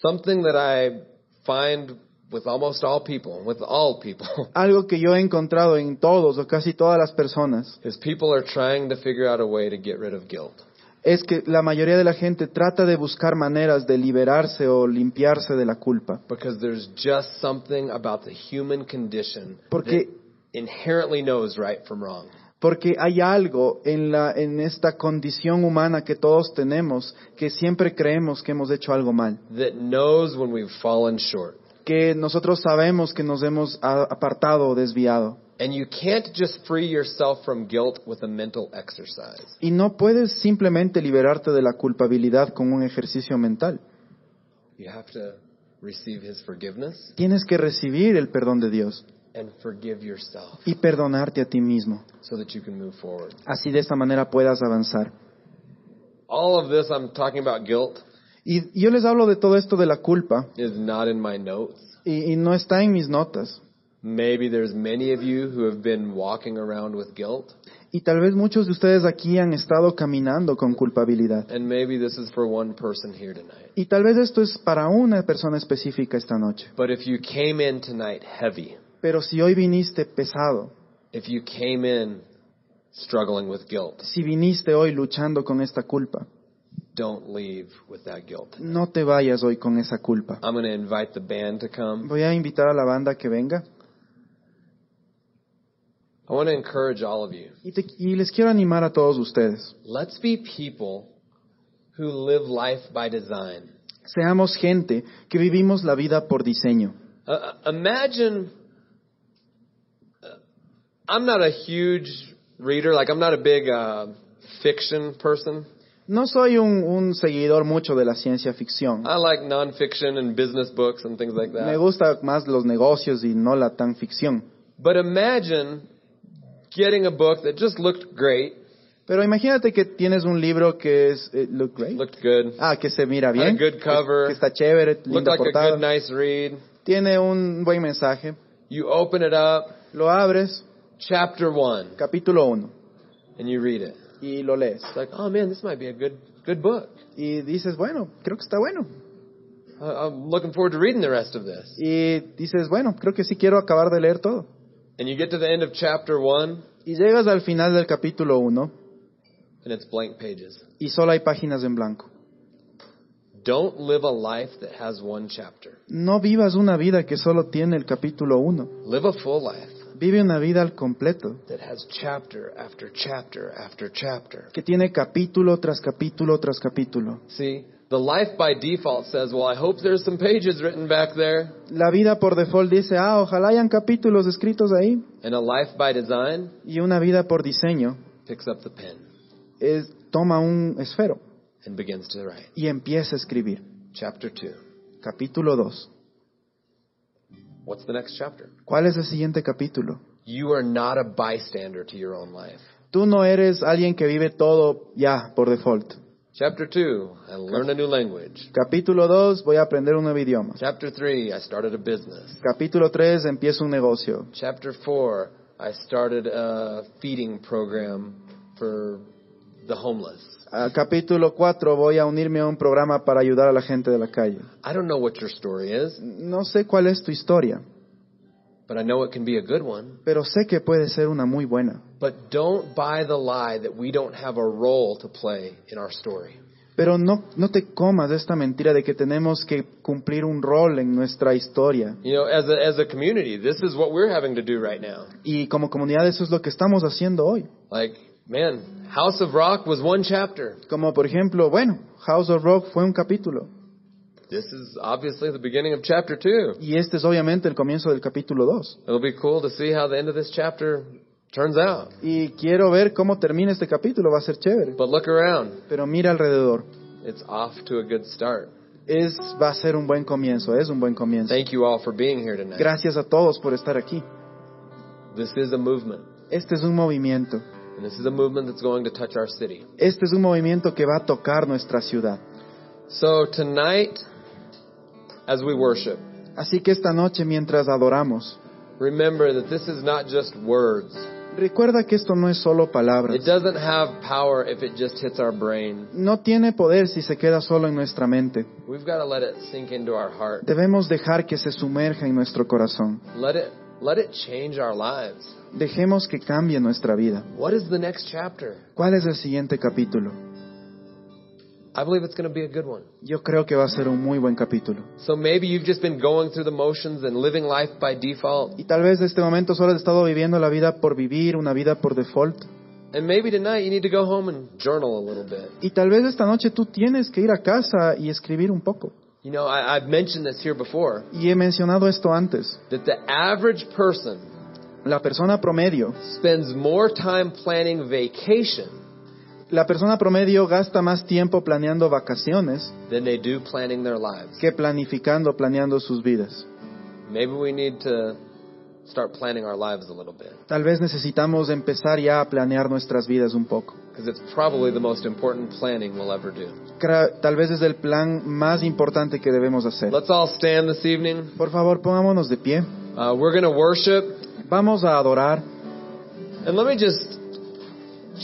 Speaker 2: something that I find with almost all people, with all people, (laughs)
Speaker 1: algo que yo he encontrado en todos o casi todas las personas
Speaker 2: is people are trying to figure out a way to get rid of guilt.
Speaker 1: es que la mayoría de la gente trata de buscar maneras de liberarse o limpiarse de la culpa.
Speaker 2: Because there's just something about the human condition
Speaker 1: Porque-
Speaker 2: that inherently knows right from wrong.
Speaker 1: Porque hay algo en, la, en esta condición humana que todos tenemos que siempre creemos que hemos hecho algo mal.
Speaker 2: that knows when we've fallen short.
Speaker 1: Que nosotros sabemos que nos hemos a- apartado o desviado.
Speaker 2: And you can't just free yourself from guilt with a mental exercise.
Speaker 1: Y no puedes simplemente liberarte de la culpabilidad con un ejercicio mental.
Speaker 2: You have to receive His forgiveness
Speaker 1: Tienes que recibir el perdón de Dios
Speaker 2: and forgive yourself
Speaker 1: y perdonarte a ti mismo.
Speaker 2: so that you can move forward.
Speaker 1: Así de esta manera puedas avanzar.
Speaker 2: All of this I'm talking about guilt
Speaker 1: Y yo les hablo de todo esto de la culpa
Speaker 2: is not in my notes.
Speaker 1: y, y no está en mis notas.
Speaker 2: Maybe there's many of you who have been walking around with guilt,
Speaker 1: Y tal vez muchos de ustedes aquí han estado caminando con culpabilidad.
Speaker 2: and maybe this is for one person here tonight.
Speaker 1: Y tal vez esto es para una persona específica esta noche.
Speaker 2: But if you came in tonight heavy,
Speaker 1: Pero si hoy viniste pesado,
Speaker 2: if you came in struggling with guilt,
Speaker 1: Si viniste hoy luchando con esta culpa,
Speaker 2: don't leave with that guilt.
Speaker 1: no te vayas hoy con esa culpa.
Speaker 2: I'm going to invite the band to come.
Speaker 1: Voy a invitar a la banda que venga
Speaker 2: I want to encourage all of you.
Speaker 1: y, te- y les quiero animar a todos ustedes.
Speaker 2: Let's be people who live life by design.
Speaker 1: Seamos gente que vivimos la vida por diseño.
Speaker 2: Uh, imagine uh, I'm not a huge reader, like I'm not a big uh, fiction person.
Speaker 1: No soy un, un seguidor mucho de la ciencia ficción.
Speaker 2: I like nonfiction and business books and things like
Speaker 1: Me
Speaker 2: that.
Speaker 1: gusta más los negocios y no la tan ficción.
Speaker 2: But imagine getting a book that just looked great,
Speaker 1: Pero imagínate que tienes un libro que es eh, look great.
Speaker 2: looked good,
Speaker 1: Ah, que se mira
Speaker 2: had a
Speaker 1: bien.
Speaker 2: good cover,
Speaker 1: que está chévere,
Speaker 2: looked
Speaker 1: linda
Speaker 2: like a
Speaker 1: portada.
Speaker 2: good, nice read.
Speaker 1: Tiene un buen mensaje.
Speaker 2: You open it up,
Speaker 1: Lo abres,
Speaker 2: chapter one,
Speaker 1: capítulo 1,
Speaker 2: and you read it.
Speaker 1: y lo lees.
Speaker 2: It's like, oh man, this might be a good, good book.
Speaker 1: Y dices, bueno, creo que está bueno.
Speaker 2: I- I'm looking forward to reading the rest of this.
Speaker 1: Y dices, bueno, creo que sí quiero acabar de leer todo.
Speaker 2: And you get to the end of chapter one,
Speaker 1: Y llegas al final del capítulo 1
Speaker 2: and it's blank pages.
Speaker 1: y solo hay páginas en blanco.
Speaker 2: Don't live a life that has one chapter.
Speaker 1: No vivas una vida que solo tiene el capítulo 1.
Speaker 2: Live a full life
Speaker 1: Vive una vida al completo,
Speaker 2: that has chapter after chapter after chapter.
Speaker 1: que tiene capítulo tras capítulo tras capítulo.
Speaker 2: See, the life by default says, well, I hope there's some pages written back there.
Speaker 1: La vida por default dice, ah, ojalá hayan capítulos escritos ahí.
Speaker 2: And a life by design
Speaker 1: Y una vida por diseño
Speaker 2: picks up the pen
Speaker 1: es, toma un esfero
Speaker 2: and begins to write.
Speaker 1: y empieza a escribir.
Speaker 2: Chapter two.
Speaker 1: Capítulo 2.
Speaker 2: What's the next chapter?
Speaker 1: ¿Cuál es el siguiente capítulo?
Speaker 2: You are not a bystander to your own life.
Speaker 1: Tú no eres alguien que vive todo ya por default.
Speaker 2: Chapter two, I learned a new language.
Speaker 1: Capítulo 2, voy a aprender un nuevo idioma.
Speaker 2: Chapter three, I started a business.
Speaker 1: Capítulo 3, empiezo un negocio.
Speaker 2: Chapter 4, I started a feeding program for the homeless.
Speaker 1: Ah, capítulo 4, voy a unirme a un programa para ayudar a la gente de la calle.
Speaker 2: I don't know what your story is,
Speaker 1: No sé cuál es tu historia,
Speaker 2: but I know it can be a good one.
Speaker 1: pero sé que puede ser una muy buena.
Speaker 2: But don't buy the lie that we don't have a role to play in our story.
Speaker 1: Pero no, no te comas esta mentira de que tenemos que cumplir un rol en nuestra historia.
Speaker 2: You know, as a, as a community, this is what we're having to do right now.
Speaker 1: Y como comunidad eso es lo que estamos haciendo hoy.
Speaker 2: Like, man, House of Rock was one chapter.
Speaker 1: Como por ejemplo, bueno, House of Rock fue un capítulo.
Speaker 2: This is obviously the beginning of chapter 2.
Speaker 1: Y este es obviamente el comienzo del capítulo 2.
Speaker 2: It'll be cool to see how the end of this chapter turns out.
Speaker 1: Y quiero ver cómo termina este capítulo, va a ser chévere.
Speaker 2: But look around.
Speaker 1: Pero mira alrededor,
Speaker 2: It's off to a good start.
Speaker 1: es, va a ser un buen comienzo, es un buen comienzo.
Speaker 2: Thank you all for being here tonight.
Speaker 1: Gracias a todos por estar aquí.
Speaker 2: This is a movement,
Speaker 1: Este es un movimiento,
Speaker 2: and this is a movement that's going to touch our city.
Speaker 1: este es un movimiento que va a tocar nuestra ciudad.
Speaker 2: So tonight, as we worship,
Speaker 1: Así que esta noche mientras adoramos,
Speaker 2: remember that this is not just words.
Speaker 1: recuerda que esto no es solo
Speaker 2: It
Speaker 1: palabras.
Speaker 2: doesn't have power if it just hits our brain.
Speaker 1: No tiene poder si se queda solo en nuestra mente.
Speaker 2: We've got to let it sink into our heart.
Speaker 1: Debemos dejar que se sumerja en nuestro corazón.
Speaker 2: Let it let it change our lives.
Speaker 1: Dejemos que cambie nuestra vida.
Speaker 2: What is the next chapter?
Speaker 1: ¿Cuál es el siguiente capítulo?
Speaker 2: I believe it's going to be a good one.
Speaker 1: Yo creo que va a ser un muy buen capítulo.
Speaker 2: So maybe you've just been going through the motions and living life by default.
Speaker 1: Y tal vez de este momento solo has estado viviendo la vida por vivir, una vida por default.
Speaker 2: And maybe tonight you need to go home and journal a little bit.
Speaker 1: Y tal vez esta noche tú tienes que ir a casa y escribir un poco.
Speaker 2: You know, I, I've mentioned this here before.
Speaker 1: Y he mencionado esto antes.
Speaker 2: that the average person
Speaker 1: La persona promedio,
Speaker 2: spends more time planning vacation
Speaker 1: la persona promedio gasta más tiempo planeando vacaciones
Speaker 2: than they do planning their lives.
Speaker 1: que planificando, planeando sus vidas.
Speaker 2: Maybe we need to start planning our lives a little bit
Speaker 1: Tal vez necesitamos empezar ya a planear nuestras vidas un poco.
Speaker 2: because it's probably the most important planning we'll ever do.
Speaker 1: Cra- Tal vez es el plan más importante que debemos hacer.
Speaker 2: Let's all stand this evening.
Speaker 1: Por favor, pongámonos de pie.
Speaker 2: Uh, we're going to worship.
Speaker 1: Vamos a adorar.
Speaker 2: And let me just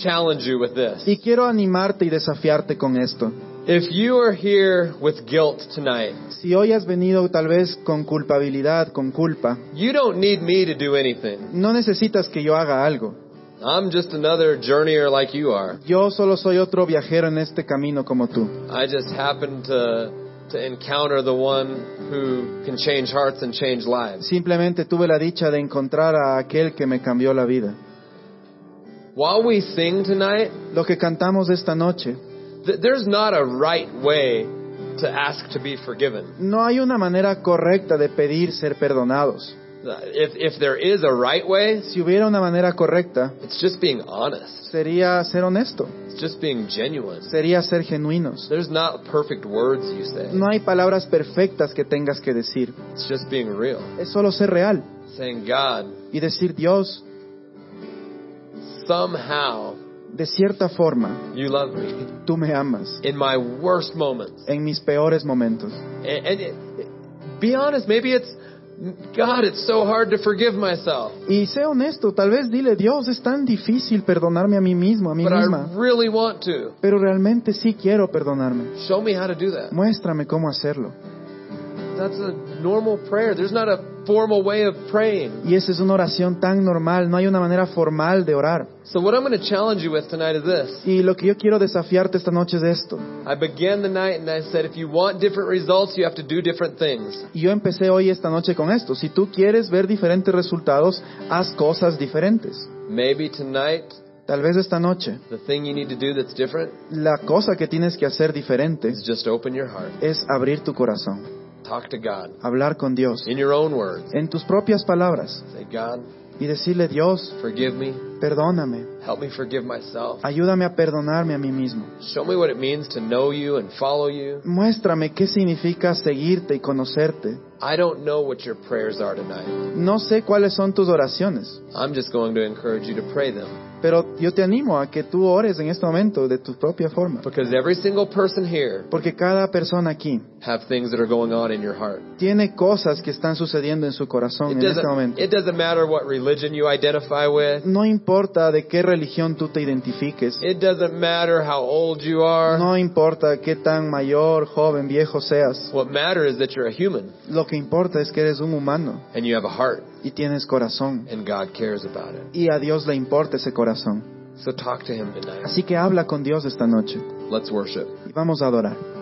Speaker 2: challenge you with this.
Speaker 1: Y quiero animarte y desafiarte con esto.
Speaker 2: If you are here with guilt tonight,
Speaker 1: Si hoy has venido tal vez con culpabilidad, con culpa,
Speaker 2: you don't need me to do anything.
Speaker 1: no necesitas que yo haga algo.
Speaker 2: I'm just another journeyer like you are.
Speaker 1: Yo solo soy otro viajero en este camino como tú.
Speaker 2: I just happen to to encounter the one who can change hearts and change lives.
Speaker 1: Simplemente tuve la dicha de encontrar a aquel que me cambió la vida.
Speaker 2: While we sing tonight,
Speaker 1: Lo que cantamos esta noche,
Speaker 2: th- there's not a right way to ask to be forgiven.
Speaker 1: no hay una manera correcta de pedir ser perdonados.
Speaker 2: If if there is a right way,
Speaker 1: Si hubiera una manera correcta,
Speaker 2: it's just being honest.
Speaker 1: sería ser honesto,
Speaker 2: It's just being genuine.
Speaker 1: sería ser genuinos.
Speaker 2: There's not perfect words you say.
Speaker 1: No hay palabras perfectas que tengas que decir,
Speaker 2: It's just being real.
Speaker 1: es solo ser real
Speaker 2: Saying, God,
Speaker 1: y decir Dios,
Speaker 2: somehow
Speaker 1: de cierta forma,
Speaker 2: you love me
Speaker 1: tú me amas
Speaker 2: in my worst moments.
Speaker 1: en mis peores momentos.
Speaker 2: And, and it, be honest, maybe it's God, it's so hard to forgive myself.
Speaker 1: Y sé honesto, tal vez dile Dios, es tan difícil perdonarme a mí mismo, a mí
Speaker 2: But
Speaker 1: misma.
Speaker 2: I really want to.
Speaker 1: Pero realmente sí quiero perdonarme.
Speaker 2: Show me how to do that.
Speaker 1: Muéstrame cómo hacerlo.
Speaker 2: That's a normal prayer. There's not a formal way of praying.
Speaker 1: Y esa es una oración tan normal, no hay una manera formal de orar.
Speaker 2: So what I'm going to challenge you with tonight is this.
Speaker 1: Y lo que yo quiero desafiarte esta noche es esto.
Speaker 2: I began the night and I said, if you want different results, you have to do different things.
Speaker 1: Y yo empecé hoy esta noche con esto. Si tú quieres ver diferentes resultados, haz cosas diferentes.
Speaker 2: Maybe tonight,
Speaker 1: Tal vez esta noche,
Speaker 2: the thing you need to do that's different
Speaker 1: la cosa que tienes que hacer diferente
Speaker 2: is just open your heart.
Speaker 1: es abrir tu corazón,
Speaker 2: Talk to God
Speaker 1: hablar con Dios,
Speaker 2: in your own words.
Speaker 1: en tus propias palabras,
Speaker 2: Say, God,
Speaker 1: y decirle, Dios,
Speaker 2: forgive me.
Speaker 1: perdóname,
Speaker 2: Help me forgive myself.
Speaker 1: ayúdame a perdonarme a mí mismo.
Speaker 2: Show me what it means to know you and follow you.
Speaker 1: Muéstrame qué significa seguirte y conocerte.
Speaker 2: I don't know what your prayers are tonight.
Speaker 1: No sé cuáles son tus oraciones,
Speaker 2: I'm just going to encourage you to pray them
Speaker 1: pero yo te animo a que tú ores en este momento de tu propia forma.
Speaker 2: because every single person here
Speaker 1: Porque cada persona aquí
Speaker 2: have things that are going on in your heart.
Speaker 1: tiene cosas que están sucediendo en su corazón
Speaker 2: It
Speaker 1: en este
Speaker 2: doesn't
Speaker 1: momento.
Speaker 2: it doesn't matter what religion you identify with.
Speaker 1: No importa de qué religión tú te identifiques,
Speaker 2: It doesn't matter how old you are.
Speaker 1: no importa qué tan mayor, joven, viejo seas,
Speaker 2: What matters is that you're a human
Speaker 1: lo que importa es que eres un humano
Speaker 2: and you have a heart
Speaker 1: y tienes corazón.
Speaker 2: and God cares about it.
Speaker 1: Y a Dios le importa ese corazón.
Speaker 2: So talk to him tonight.
Speaker 1: Así que habla con Dios esta noche
Speaker 2: Let's worship.
Speaker 1: y vamos a adorar.